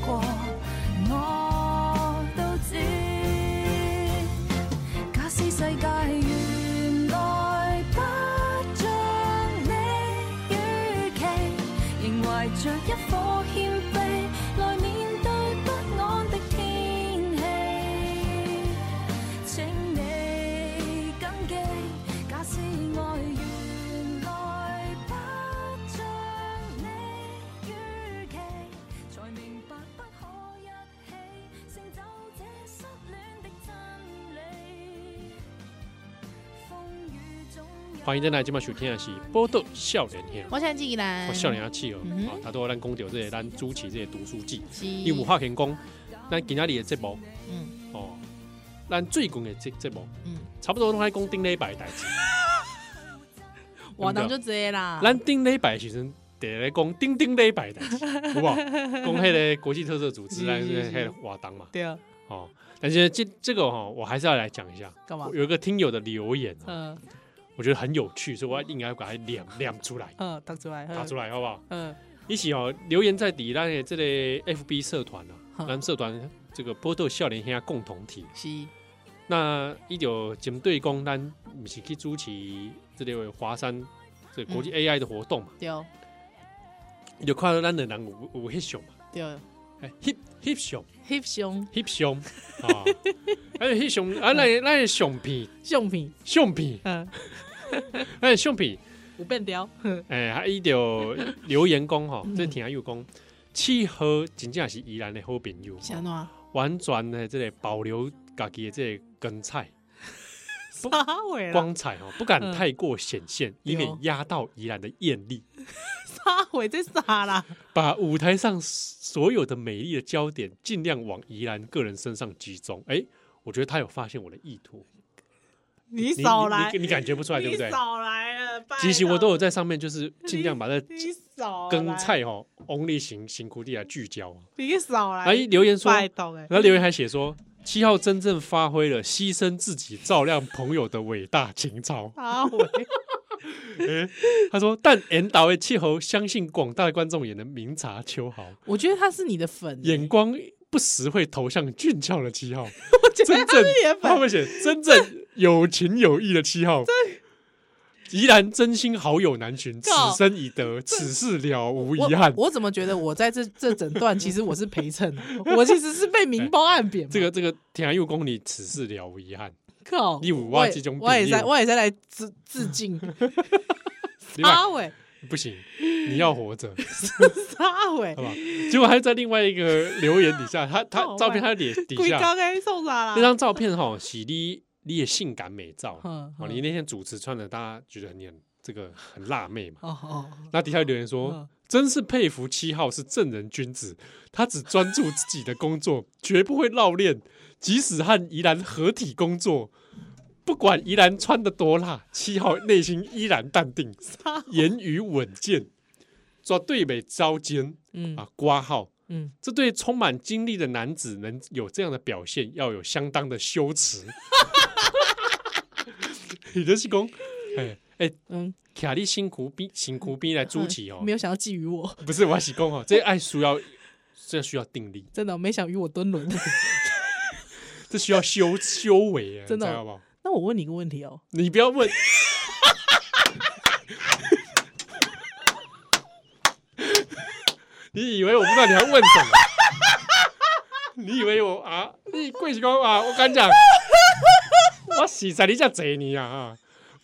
Speaker 1: 過，我都知。假使世界原來不像你預期，仍懷着一顆謙卑來面對不安的天氣。請你謹記，假使愛原來不像你預期，才明白不可一起，成就這失戀的真理。風雨總有
Speaker 2: 欢迎蛋奶，今晚收听的是波豆笑脸天，
Speaker 3: 我现在进来，
Speaker 2: 我笑脸要气哦
Speaker 3: 哎嗯，
Speaker 2: 啊
Speaker 3: 哼，
Speaker 2: 他都咱讲到这些咱主持这些读书记，
Speaker 3: 一
Speaker 2: 因为有话可以讲，咱今仔日的节目
Speaker 3: 嗯
Speaker 2: 哦，咱最近的节节目哦
Speaker 3: 嗯，
Speaker 2: 差不多都在讲顶礼拜的代志，
Speaker 3: 我当就这个啦。
Speaker 2: 咱顶礼拜的时阵。第来讲顶顶礼拜的代 志，好不好？讲迄个国际特色组织，
Speaker 3: 是
Speaker 2: 咱
Speaker 3: 是
Speaker 2: 迄
Speaker 3: 是
Speaker 2: 个活动嘛，
Speaker 3: 对啊，
Speaker 2: 哦。但是这这个哈，我还是要来讲一下，
Speaker 3: 干嘛？
Speaker 2: 有一个听友的留言哦，
Speaker 3: 嗯
Speaker 2: 我觉得很有趣，所以我应该要把它念念出来，
Speaker 3: 嗯，打出来，
Speaker 2: 打出
Speaker 3: 来，
Speaker 2: 来好不好？
Speaker 3: 嗯
Speaker 2: 一起哦，留言在底，咱的这类 FB 社团啊，咱
Speaker 3: 嗯
Speaker 2: 们社团这个波豆笑脸兄共同体，
Speaker 3: 是
Speaker 2: 那伊就针对讲咱毋是去主持这个华山这个国
Speaker 3: 嗯
Speaker 2: 际 AI 的活动嘛，
Speaker 3: 对
Speaker 2: 伊就看到咱的人有有翕相嘛，
Speaker 3: 对
Speaker 2: 哎翕翕相
Speaker 3: ，hip 胸
Speaker 2: 翕相啊，哎翕相啊，咱的咱的相片
Speaker 3: 胸品，
Speaker 2: 相片，
Speaker 3: 嗯，
Speaker 2: 咱的相片。
Speaker 3: 我变雕，
Speaker 2: 诶，还伊就留言讲吼，这听友讲，契合真正是宜兰的好朋友，
Speaker 3: 想哪？
Speaker 2: 完全的这个保留家己的这个根菜
Speaker 3: 啥尾啦？
Speaker 2: 光彩吼，不敢
Speaker 3: 嗯
Speaker 2: 太过显现，以
Speaker 3: 对哦
Speaker 2: 免压到宜兰的艳丽。
Speaker 3: 啥尾这啥啦？
Speaker 2: 把舞台上所有的美丽的焦点，尽量往宜兰个人身上集中。诶，我觉得他有发现我的意图，
Speaker 3: 你
Speaker 2: 你
Speaker 3: 少来
Speaker 2: 你，你感觉不出来对不对
Speaker 3: 你？少来了，拜
Speaker 2: 其实我都有
Speaker 3: 托
Speaker 2: 在上面，就是尽量把这
Speaker 3: 你少来
Speaker 2: 根，菜吼，only 型型苦地来啊聚焦。
Speaker 3: 你少来，
Speaker 2: 然后伊留言哎说，
Speaker 3: 拜托哎，。
Speaker 2: 然后留言还写说，七号真正发挥了牺牲自己照亮朋友的伟大情操
Speaker 3: 阿伟，
Speaker 2: 他说，但引导的气候相信广大的观众也能明察秋毫，
Speaker 3: 我觉得他是你的粉，
Speaker 2: 眼光不时会投向俊俏的 七号，
Speaker 3: 我觉得
Speaker 2: 真
Speaker 3: 他
Speaker 2: 正
Speaker 3: 是你的
Speaker 2: 他
Speaker 3: 粉，
Speaker 2: 会写真正有情有义的七号。宜然真心好友难寻，此
Speaker 3: 靠
Speaker 2: 生已得，此事了无遗憾
Speaker 3: 我。我怎么觉得我在这这整段其实我是陪 衬的，我其实是被明褒暗贬嘛。
Speaker 2: 这个这个天涯又公你此事了无遗憾，
Speaker 3: 靠，
Speaker 2: 你有我
Speaker 3: 我
Speaker 2: 这种
Speaker 3: 也我也
Speaker 2: 朋友
Speaker 3: 在，我也在来致致 敬
Speaker 2: 另外
Speaker 3: 阿伟，
Speaker 2: 不行，你要活 着。
Speaker 3: 阿伟
Speaker 2: 好，吧？结果还在另外一个留言底下，他他
Speaker 3: 好
Speaker 2: 照片他脸底
Speaker 3: 鬼啊
Speaker 2: 下
Speaker 3: 高该送啥啦？
Speaker 2: 那张照片哈，洗你你也性感美照
Speaker 3: 嗯
Speaker 2: 哦，
Speaker 3: 嗯
Speaker 2: 你那天主持穿的，大家觉得你很这个很辣妹嘛。
Speaker 3: 哦哦，
Speaker 2: 那底下留言说
Speaker 3: 嗯，
Speaker 2: 真是佩服七号是正人君子，他只专注自己的工作，绝不会绕恋，即使和宜兰合体工作。不管宜兰 穿的多辣，七号内心依然淡定，言语稳健，绝对被遭奸
Speaker 3: 嗯
Speaker 2: 啊，挂号。
Speaker 3: 嗯，
Speaker 2: 这对充满精力的男子能有这样的表现，要有相当的羞耻。 你就是讲，哎哎，
Speaker 3: 嗯，
Speaker 2: 卡利辛苦逼辛苦逼来主持哦
Speaker 3: 哎没，有想要觊觎我，
Speaker 2: 不是我是讲哦，这爱需要这需要定力，
Speaker 3: 真的没想与我 蹲轮。
Speaker 2: 这需要修修为啊，
Speaker 3: 真的哦
Speaker 2: 你知道不？
Speaker 3: 那我问你一个问题哦，
Speaker 2: 你不要问，你以为我不知道你要问什么？你以为我啊？你贵是讲啊？我跟你讲，我实在你这贼你啊啊！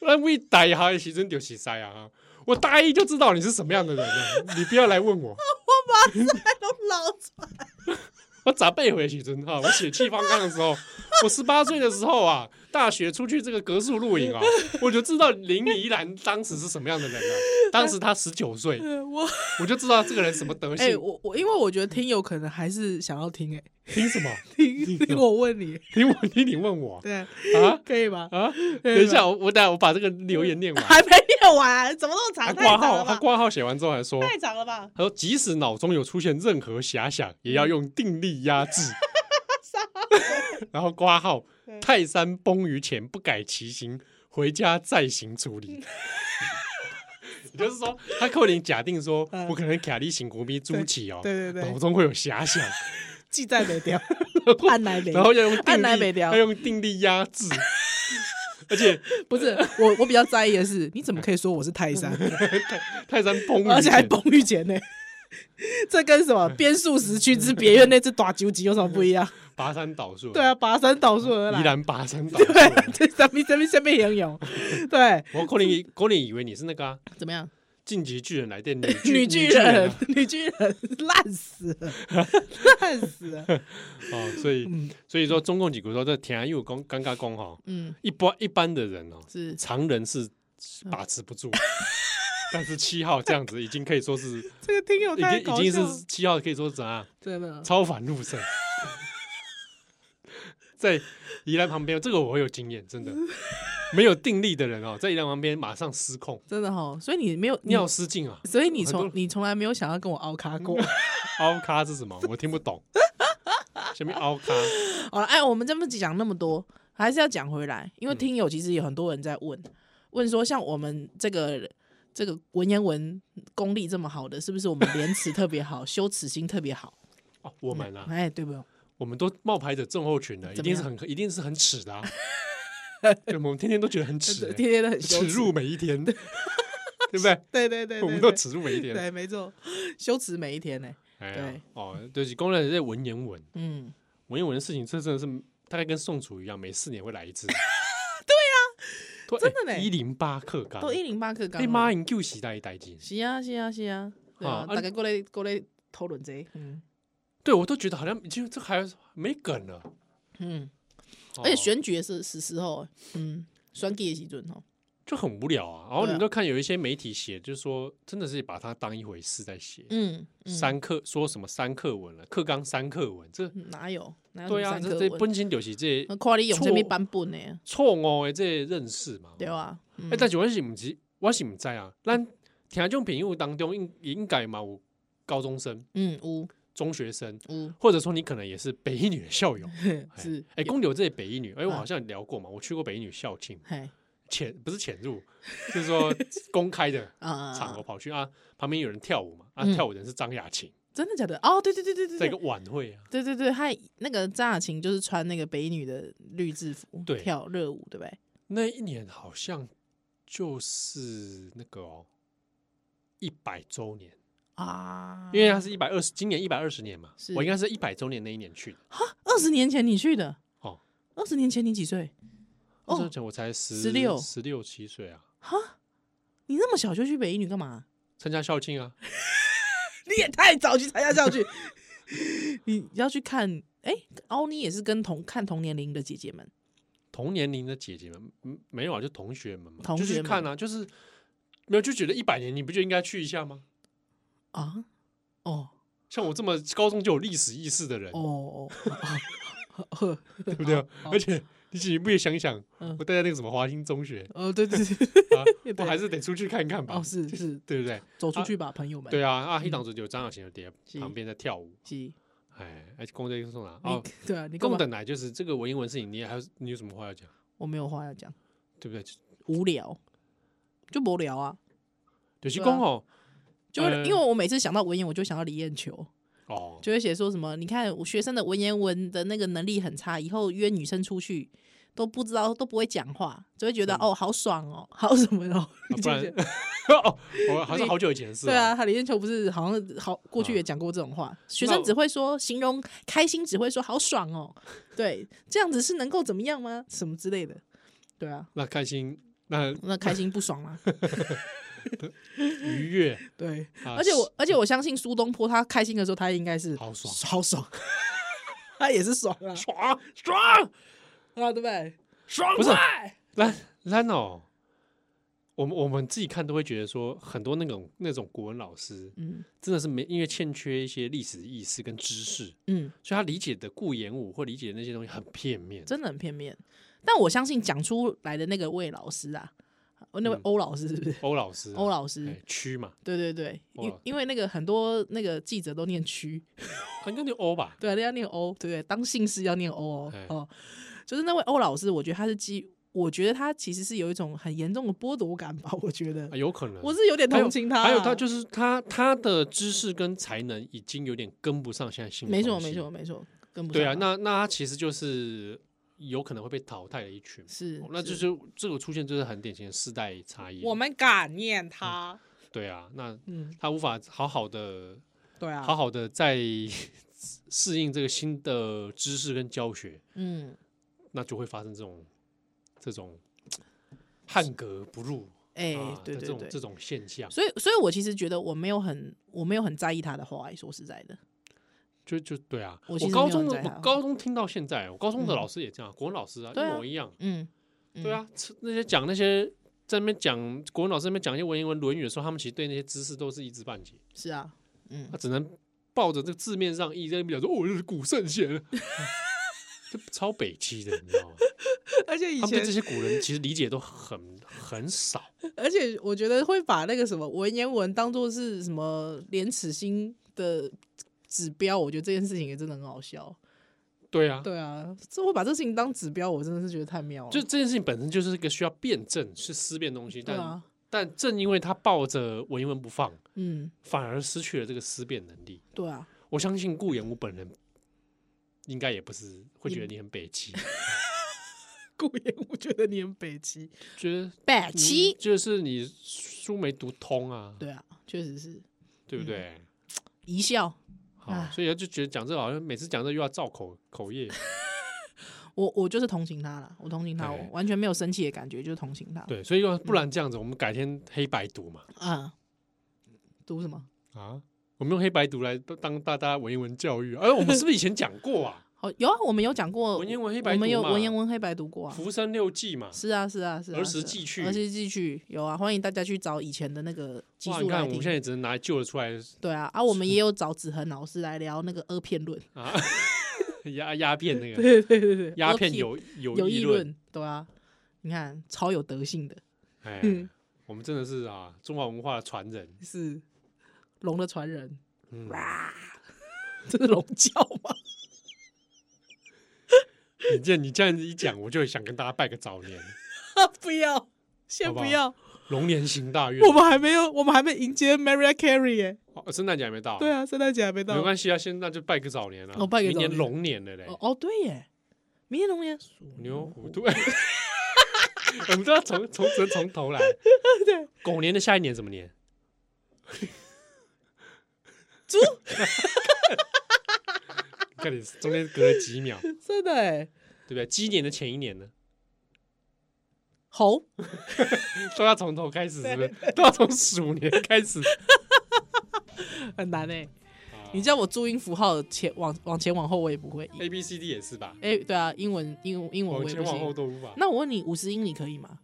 Speaker 2: 我为大学的时阵就实在啊啊！我大一就知道你是什么样的人了，你不要来问我。
Speaker 3: 都老出来
Speaker 2: 我咋背回去真哈？我血气方刚的时候，我十八岁的时候啊，大学出去这个格数露营啊，我就知道林怡兰当时是什么样的人了、当时她十九岁，
Speaker 3: 了我
Speaker 2: 我就知道这个人什么德
Speaker 3: 哎、
Speaker 2: 性。
Speaker 3: 我我因为我觉得听友可能还是想要 听哎、
Speaker 2: 凭什么？
Speaker 3: 听听我问你，
Speaker 2: 凭我听你问我
Speaker 3: 对，
Speaker 2: 啊
Speaker 3: 可以吗？
Speaker 2: 啊？等一下，我我等下我把这个留言念完。
Speaker 3: 还没有完，怎么那么
Speaker 2: 他
Speaker 3: 长？太
Speaker 2: 挂
Speaker 3: 长
Speaker 2: 号，
Speaker 3: 了
Speaker 2: 他
Speaker 3: 吧？
Speaker 2: 挂号写完之后还说，
Speaker 3: 太长了吧？
Speaker 2: 他说即使脑中有出现任何遐想，也要用定力压 制。 然后挂号，泰山崩于前不改其形，回家再行处 理。也就是说，他扣零假定说，
Speaker 3: 嗯
Speaker 2: 我可能卡利型国民猪起哦，
Speaker 3: 对对对
Speaker 2: 脑中会有遐想，
Speaker 3: 记在北调， 按来北，
Speaker 2: 然后要用
Speaker 3: 按
Speaker 2: 定
Speaker 3: 来北
Speaker 2: 力，
Speaker 3: 调
Speaker 2: 要用定力压 制。而且
Speaker 3: 不是我，我比较在意的是，你怎么可以说我是泰山，
Speaker 2: 泰山崩于前，
Speaker 3: 而且还崩玉前呢？ 这跟什 么边数十区之别院那只打九级有什么不一 样？
Speaker 2: 拔山倒树，
Speaker 3: 对啊，，跋山倒树而
Speaker 2: 依
Speaker 3: 来，
Speaker 2: 然拔山倒
Speaker 3: 对
Speaker 2: 树。，
Speaker 3: 这上面上面下面也 有，对，
Speaker 2: 我扣零扣零以为你是那个啊
Speaker 3: 怎么样？
Speaker 2: 晋级巨人来 电女
Speaker 3: 女巨
Speaker 2: 巨
Speaker 3: 人
Speaker 2: 啊，
Speaker 3: 女巨人烂死 了，烂死 了，
Speaker 2: 哦，所以所以说中共几国说这天安又公尴尬公哈，
Speaker 3: 嗯，
Speaker 2: 一般一般的人哦，
Speaker 3: 是
Speaker 2: 常人是把持不 住，但是七号这样子已经可以说是已
Speaker 3: 这个听友
Speaker 2: 经
Speaker 3: 太搞
Speaker 2: 已
Speaker 3: 笑
Speaker 2: 经是
Speaker 3: 了，
Speaker 2: 七号可以说是怎样
Speaker 3: 真的，
Speaker 2: 超凡入 圣，在宜兰旁边，这个我有经验，真的没有定力的人哦，在宜兰旁边马上失控，
Speaker 3: 真的哈，所以你没有你
Speaker 2: 尿失禁啊，
Speaker 3: 所以你
Speaker 2: 很
Speaker 3: 从
Speaker 2: 多
Speaker 3: 你从来没有想要跟我凹卡过。
Speaker 2: 凹咖是什么？我听不懂，什么凹咖？
Speaker 3: 好了，哎，我们这么讲那么多，还是要讲回来，因为
Speaker 2: 嗯
Speaker 3: 听友其实有很多人在问，问说像我们这个这个文言文功力这么好的，是不是我们廉耻特别好， 羞耻心特别好？
Speaker 2: 哦，我们啊，
Speaker 3: 哎，对不对？
Speaker 2: 我们都冒牌者症候群的，一
Speaker 3: 怎么
Speaker 2: 定
Speaker 3: 样
Speaker 2: 是很一定是很耻 的、啊，对我们天天都觉得很耻、
Speaker 3: 天天都很羞
Speaker 2: 耻
Speaker 3: 耻
Speaker 2: 辱每一天，对不 对？
Speaker 3: 对对对，对
Speaker 2: 我们都
Speaker 3: 对
Speaker 2: 耻辱每一天。
Speaker 3: 对，没错，羞耻每一天呢、
Speaker 2: 哎
Speaker 3: 对
Speaker 2: 呀，哦，对，公认在文言文，
Speaker 3: 嗯，
Speaker 2: 文言文的事情，这真的是大概跟宋楚瑜一样，每四年会来一 次。对啊，
Speaker 3: 真的呢
Speaker 2: 一零八课纲，
Speaker 3: 都一零八课纲
Speaker 2: 你啊哎
Speaker 3: 了。
Speaker 2: 妈，你救时代代金，
Speaker 3: 是啊是啊是啊，对
Speaker 2: 啊
Speaker 3: 啊，
Speaker 2: 啊哦
Speaker 3: 大家过来过来讨论这个，嗯
Speaker 2: 对我都觉得好像已经这还没梗了，
Speaker 3: 嗯，
Speaker 2: 哦
Speaker 3: 而且选举也是是时候欸，嗯，选举的时阵哦吼，
Speaker 2: 就很无聊啊。然后
Speaker 3: 对啊
Speaker 2: 你都看有一些媒体写，就是说真的是把它当一回事在写，
Speaker 3: 嗯，嗯
Speaker 2: 三课说什么三课文了，课纲三课文，这
Speaker 3: 嗯哪有哪有
Speaker 2: 对
Speaker 3: 什
Speaker 2: 啊，
Speaker 3: 么三
Speaker 2: 这
Speaker 3: 科
Speaker 2: 这
Speaker 3: 文
Speaker 2: 本身就是这
Speaker 3: 我看你用什么
Speaker 2: 错
Speaker 3: 版本呢？
Speaker 2: 错误的这认识嘛。
Speaker 3: 对啊，嗯
Speaker 2: 哎，但是我是唔知，我是唔知啊。咱听众朋友当中应应该嘛有高中生、
Speaker 3: 嗯，有
Speaker 2: 中学生，
Speaker 3: 有
Speaker 2: 或者说你可能也是北一女的校 友。哎
Speaker 3: 是，
Speaker 2: 哎，公牛这里北一女，哎，我
Speaker 3: 啊
Speaker 2: 好像聊过嘛，我去过北一女校庆，
Speaker 3: 嘿
Speaker 2: 潜不是潜入，就是说公开的
Speaker 3: 啊，
Speaker 2: 场合跑去啊，旁边有人跳舞嘛，啊，
Speaker 3: 嗯
Speaker 2: 跳舞人是张雅琴，
Speaker 3: 真的假的？哦，对对对对对
Speaker 2: 在一个
Speaker 3: 对。
Speaker 2: 晚会啊，
Speaker 3: 对对对，他那个张雅琴就是穿那个北女的绿制服
Speaker 2: 对
Speaker 3: 跳热舞，对不对？
Speaker 2: 那一年好像就是那个哦，一百周年，
Speaker 3: 啊，
Speaker 2: 因为它是一百二十，今年一百二十年嘛
Speaker 3: 是，
Speaker 2: 我应该是一百周年那一年去的。
Speaker 3: 二十年前你去的，
Speaker 2: 哦，
Speaker 3: 二十年前你几岁？
Speaker 2: 那时候
Speaker 3: 哦，
Speaker 2: 前我才十
Speaker 3: 16
Speaker 2: 十六七岁啊，
Speaker 3: 你那么小就去北一女干嘛？
Speaker 2: 参加校庆啊，
Speaker 3: 你也太早去参加校剧， 你要去看？哎、奥妮也是跟同看同年龄的姐姐们，
Speaker 2: 同年龄的姐姐们，嗯，没有啊，就同学们嘛，
Speaker 3: 同
Speaker 2: 就
Speaker 3: 学
Speaker 2: 去
Speaker 3: 们
Speaker 2: 看啊，就是没有就觉得一百年你不就应该去一下吗？
Speaker 3: 啊，哦哦
Speaker 2: 像我这么高中就有历史意识的人，
Speaker 3: 哦哦哦， 呵，
Speaker 2: 对不对？而且你自己不也想一想，
Speaker 3: 哦嗯
Speaker 2: 我待在那个什么华兴中 学
Speaker 3: 哦，对对 对，
Speaker 2: 啊
Speaker 3: 对，
Speaker 2: 我还是得出去看看吧
Speaker 3: 哦，，是是，
Speaker 2: 对不对？
Speaker 3: 走出去吧，朋友们。
Speaker 2: 对啊，啊，黑党主有张小琴有碟
Speaker 3: 嗯是
Speaker 2: 旁边在跳舞，
Speaker 3: 是，
Speaker 2: 哎，哎，公仔又送哪？哦
Speaker 3: 你，对啊，你跟
Speaker 2: 共
Speaker 3: 我
Speaker 2: 等来就是这个文言文事情，你也还有你有什么话要讲？
Speaker 3: 我没有话要讲，
Speaker 2: 对不对？就
Speaker 3: 无聊就无聊啊，
Speaker 2: 就是公哦，
Speaker 3: 就会
Speaker 2: 呃
Speaker 3: 因为我每次想到文言，我就想到李艳球，
Speaker 2: 哦，
Speaker 3: 就会写说什么，你看我学生的文言文的那个能力很差，以后约女生出去都不知道都不会讲话，就会觉得哦好爽哦，好什 么哦，
Speaker 2: 嗯啊
Speaker 3: 你
Speaker 2: 不
Speaker 3: 就
Speaker 2: 然
Speaker 3: 觉得
Speaker 2: 哦，我好像好久以前的事哦。
Speaker 3: 对啊，他李艳球不是好像好过
Speaker 2: 嗯
Speaker 3: 去也讲过这种话，学生只会说形容开心，只会说好爽哦，对，这样子是能够怎么样吗？什么之类的，对啊，
Speaker 2: 那开心，那
Speaker 3: 那开心不爽啦、
Speaker 2: 愉悦，
Speaker 3: 对，
Speaker 2: 啊
Speaker 3: 而且我而且我相信苏东坡他开心的时候，他应该是
Speaker 2: 好爽
Speaker 3: 好爽， 他也是爽啊
Speaker 2: 爽爽
Speaker 3: 啊，对不对？
Speaker 2: 爽，不啊是兰兰哦。我们我们自己看都会觉得说，很多那种那种国文老师
Speaker 3: 嗯
Speaker 2: 真的是没，因为欠缺一些历史意识跟知识，
Speaker 3: 嗯，
Speaker 2: 所以他理解的顾炎武或理解的那些东西很片面。
Speaker 3: 真的很片面。但我相信讲出来的那个魏老师啊，呃那位
Speaker 2: 嗯
Speaker 3: 欧老师是 不是？
Speaker 2: 欧老师啊，
Speaker 3: 欧老师
Speaker 2: 哎屈嘛，
Speaker 3: 对对对，
Speaker 2: 欧
Speaker 3: 因
Speaker 2: 老
Speaker 3: 因为那个很多那个记者都念区，
Speaker 2: 他应该就欧吧，
Speaker 3: 对啊，要念欧，对不对？当姓氏要念欧哦
Speaker 2: 哎，
Speaker 3: 哦，就是那位欧老师，我觉得他是基，我觉得他其实是有一种很严重的剥夺感吧， 我觉得
Speaker 2: 啊，有可能。
Speaker 3: 我是有点
Speaker 2: 还有
Speaker 3: 同情他啊，
Speaker 2: 还有他就是他他的知识跟才能已经有点跟不上现在新的
Speaker 3: 没错
Speaker 2: 东西
Speaker 3: 没错没错，跟不上
Speaker 2: 对啊，
Speaker 3: 了
Speaker 2: 那那他其实就是有可能会被淘汰的一群，
Speaker 3: 是
Speaker 2: 哦那就是是这个出现就是很典型的世代差异。
Speaker 3: 我们感念他，
Speaker 2: 对啊，那
Speaker 3: 嗯，
Speaker 2: 他无法好好的
Speaker 3: 对啊，
Speaker 2: 好好的在 适应这个新的知识跟教学，
Speaker 3: 嗯，
Speaker 2: 那就会发生这种这种汉格不入
Speaker 3: 哎、
Speaker 2: 啊
Speaker 3: 对
Speaker 2: 的这
Speaker 3: 对
Speaker 2: 种
Speaker 3: 对
Speaker 2: 这，种现象，
Speaker 3: 所以所以我其实觉得我没有很我没有很在意他的话、哎说实在的，
Speaker 2: 就就对啊。
Speaker 3: 我
Speaker 2: 我
Speaker 3: 其实没
Speaker 2: 高
Speaker 3: 有
Speaker 2: 中
Speaker 3: 很
Speaker 2: 的
Speaker 3: 在
Speaker 2: 我
Speaker 3: 行
Speaker 2: 高中听到现在，我哦高中的
Speaker 3: 嗯
Speaker 2: 老师也这样，国文老师啊
Speaker 3: 对
Speaker 2: 一
Speaker 3: 啊
Speaker 2: 模一样。
Speaker 3: 嗯，
Speaker 2: 对啊，吃那些讲那些在那边讲国文老师在那边讲一些文言文《论语》的时候，他们其实对那些知识都是一知半解，
Speaker 3: 是啊，嗯
Speaker 2: 他只能抱着这个字面上意义在那边讲说，哦，这是古圣贤 了。这超北极的，你知道吗？
Speaker 3: 而且以
Speaker 2: 他们对这些古人其实理解都很很少。
Speaker 3: 而且我觉得会把那个什么文言文当做是什么廉耻心的指标，我觉得这件事情也真的很好笑。
Speaker 2: 对啊，
Speaker 3: 对啊，这会把这事情当指标，我真的是觉得太妙了。
Speaker 2: 就这件事情本身就是一个需要辩证、去思辨的东西，
Speaker 3: 对
Speaker 2: 但、
Speaker 3: 啊，
Speaker 2: 但正因为他抱着文言文不放，
Speaker 3: 嗯，
Speaker 2: 反而失去了这个思辨能力。
Speaker 3: 对啊，
Speaker 2: 我相信顾炎武本人应该也不是会觉得你很北极，
Speaker 3: 嗯顾言我觉得你很北齐，
Speaker 2: 觉得
Speaker 3: 北
Speaker 2: 你
Speaker 3: 齐，
Speaker 2: 就是你书没读通啊，对
Speaker 3: 对啊，确实是
Speaker 2: 不对？
Speaker 3: 一笑。
Speaker 2: 好
Speaker 3: 唉，
Speaker 2: 所以他就觉得讲这个好像每次讲这个又要造口口业，
Speaker 3: 我我就是同情他了，我同情他，
Speaker 2: 对
Speaker 3: 我完全没有生气的感觉，就是同情他。，
Speaker 2: 对，所以要不然这样子，我们改天黑白读嘛
Speaker 3: 嗯，读什么？
Speaker 2: 啊，我们用黑白读来当大家文言文教育。哎，我们是不是以前讲过 啊？
Speaker 3: 好，有啊，我们有讲过
Speaker 2: 文言文黑白
Speaker 3: 我们
Speaker 2: 读
Speaker 3: 有
Speaker 2: 嘛
Speaker 3: 文言文黑白读过啊。
Speaker 2: 浮生六记嘛，
Speaker 3: 是啊，是啊，是啊。
Speaker 2: 儿时
Speaker 3: 是啊
Speaker 2: 记趣
Speaker 3: 儿时记趣有啊，欢迎大家去找以前的那个集
Speaker 2: 哇，你
Speaker 3: 数来
Speaker 2: 看我
Speaker 3: 听
Speaker 2: 们现。在也只能拿来救得出来
Speaker 3: 对啊，啊，我们也有找子恒老师来聊那个阿片 论，
Speaker 2: 啊，鸦鸦 片那个
Speaker 3: 对对对对，
Speaker 2: 鸦
Speaker 3: 阿
Speaker 2: 片有有
Speaker 3: 有
Speaker 2: 议
Speaker 3: 议
Speaker 2: 论，
Speaker 3: 论，对啊，你看超有德性的，
Speaker 2: 哎
Speaker 3: 嗯，
Speaker 2: 我们真的是啊，中华文化的传人，
Speaker 3: 是龙的传人，
Speaker 2: 嗯，
Speaker 3: 这是龙教吗？
Speaker 2: 你这你这样子一讲，我就想跟大家拜个早年。
Speaker 3: 不要，先
Speaker 2: 好不
Speaker 3: 不
Speaker 2: 好
Speaker 3: 要，
Speaker 2: 龙年行大运，
Speaker 3: 我们还没有，我们还没迎接 Maria Carey 耶，
Speaker 2: 哦圣诞节还没到，
Speaker 3: 对，啊，圣诞节还没到，
Speaker 2: 没关系啊，现在就拜个早年啊，
Speaker 3: 哦拜个
Speaker 2: 明
Speaker 3: 早年
Speaker 2: 年龙年了嘞
Speaker 3: 哦，哦，对耶，明年龙年，
Speaker 2: 牛虎兔， 我们都要从从从从头 来，对，狗年的下一年什么年？
Speaker 3: 猪，
Speaker 2: 看你中间隔了几秒，对
Speaker 3: 真的哎，
Speaker 2: 不对？鸡年的前一年呢，
Speaker 3: 猴，
Speaker 2: 都要从头开始，是不是？都要从鼠年开 始，
Speaker 3: 很难哎。你叫我注音符号前往往前往后，我也不会。
Speaker 2: A B C D 也是吧？
Speaker 3: 哎、对啊，英文英文英文
Speaker 2: 往
Speaker 3: 我也
Speaker 2: 前
Speaker 3: 不
Speaker 2: 往后
Speaker 3: 行。
Speaker 2: 都无法，
Speaker 3: 那我问你，五十音你可以吗？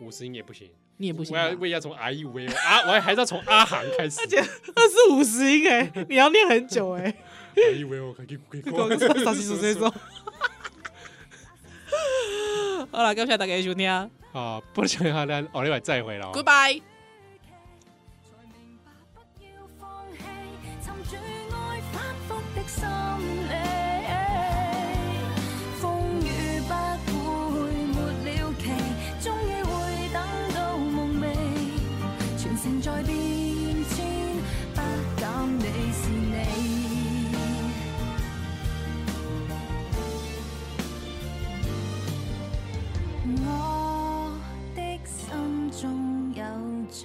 Speaker 2: 五十音也不行，
Speaker 3: 你也不行啊
Speaker 2: 我
Speaker 3: 吧。
Speaker 2: 要我也要从 R E 五 A 啊，我还是要从阿航开始，
Speaker 3: 那是五十音哎、你要念很久哎、
Speaker 2: 我以为我可以可以
Speaker 3: 欸。上上去数岁数。好啦，感谢大家的收听
Speaker 2: 啊，不想要咱奥利拜再回了哦。
Speaker 3: ，Goodbye。
Speaker 1: 才明白不要放棄，沉住愛反覆的心理。風雨不會沒了期，終於會等到夢寐。全城在變遷，不減你是你。我的心中有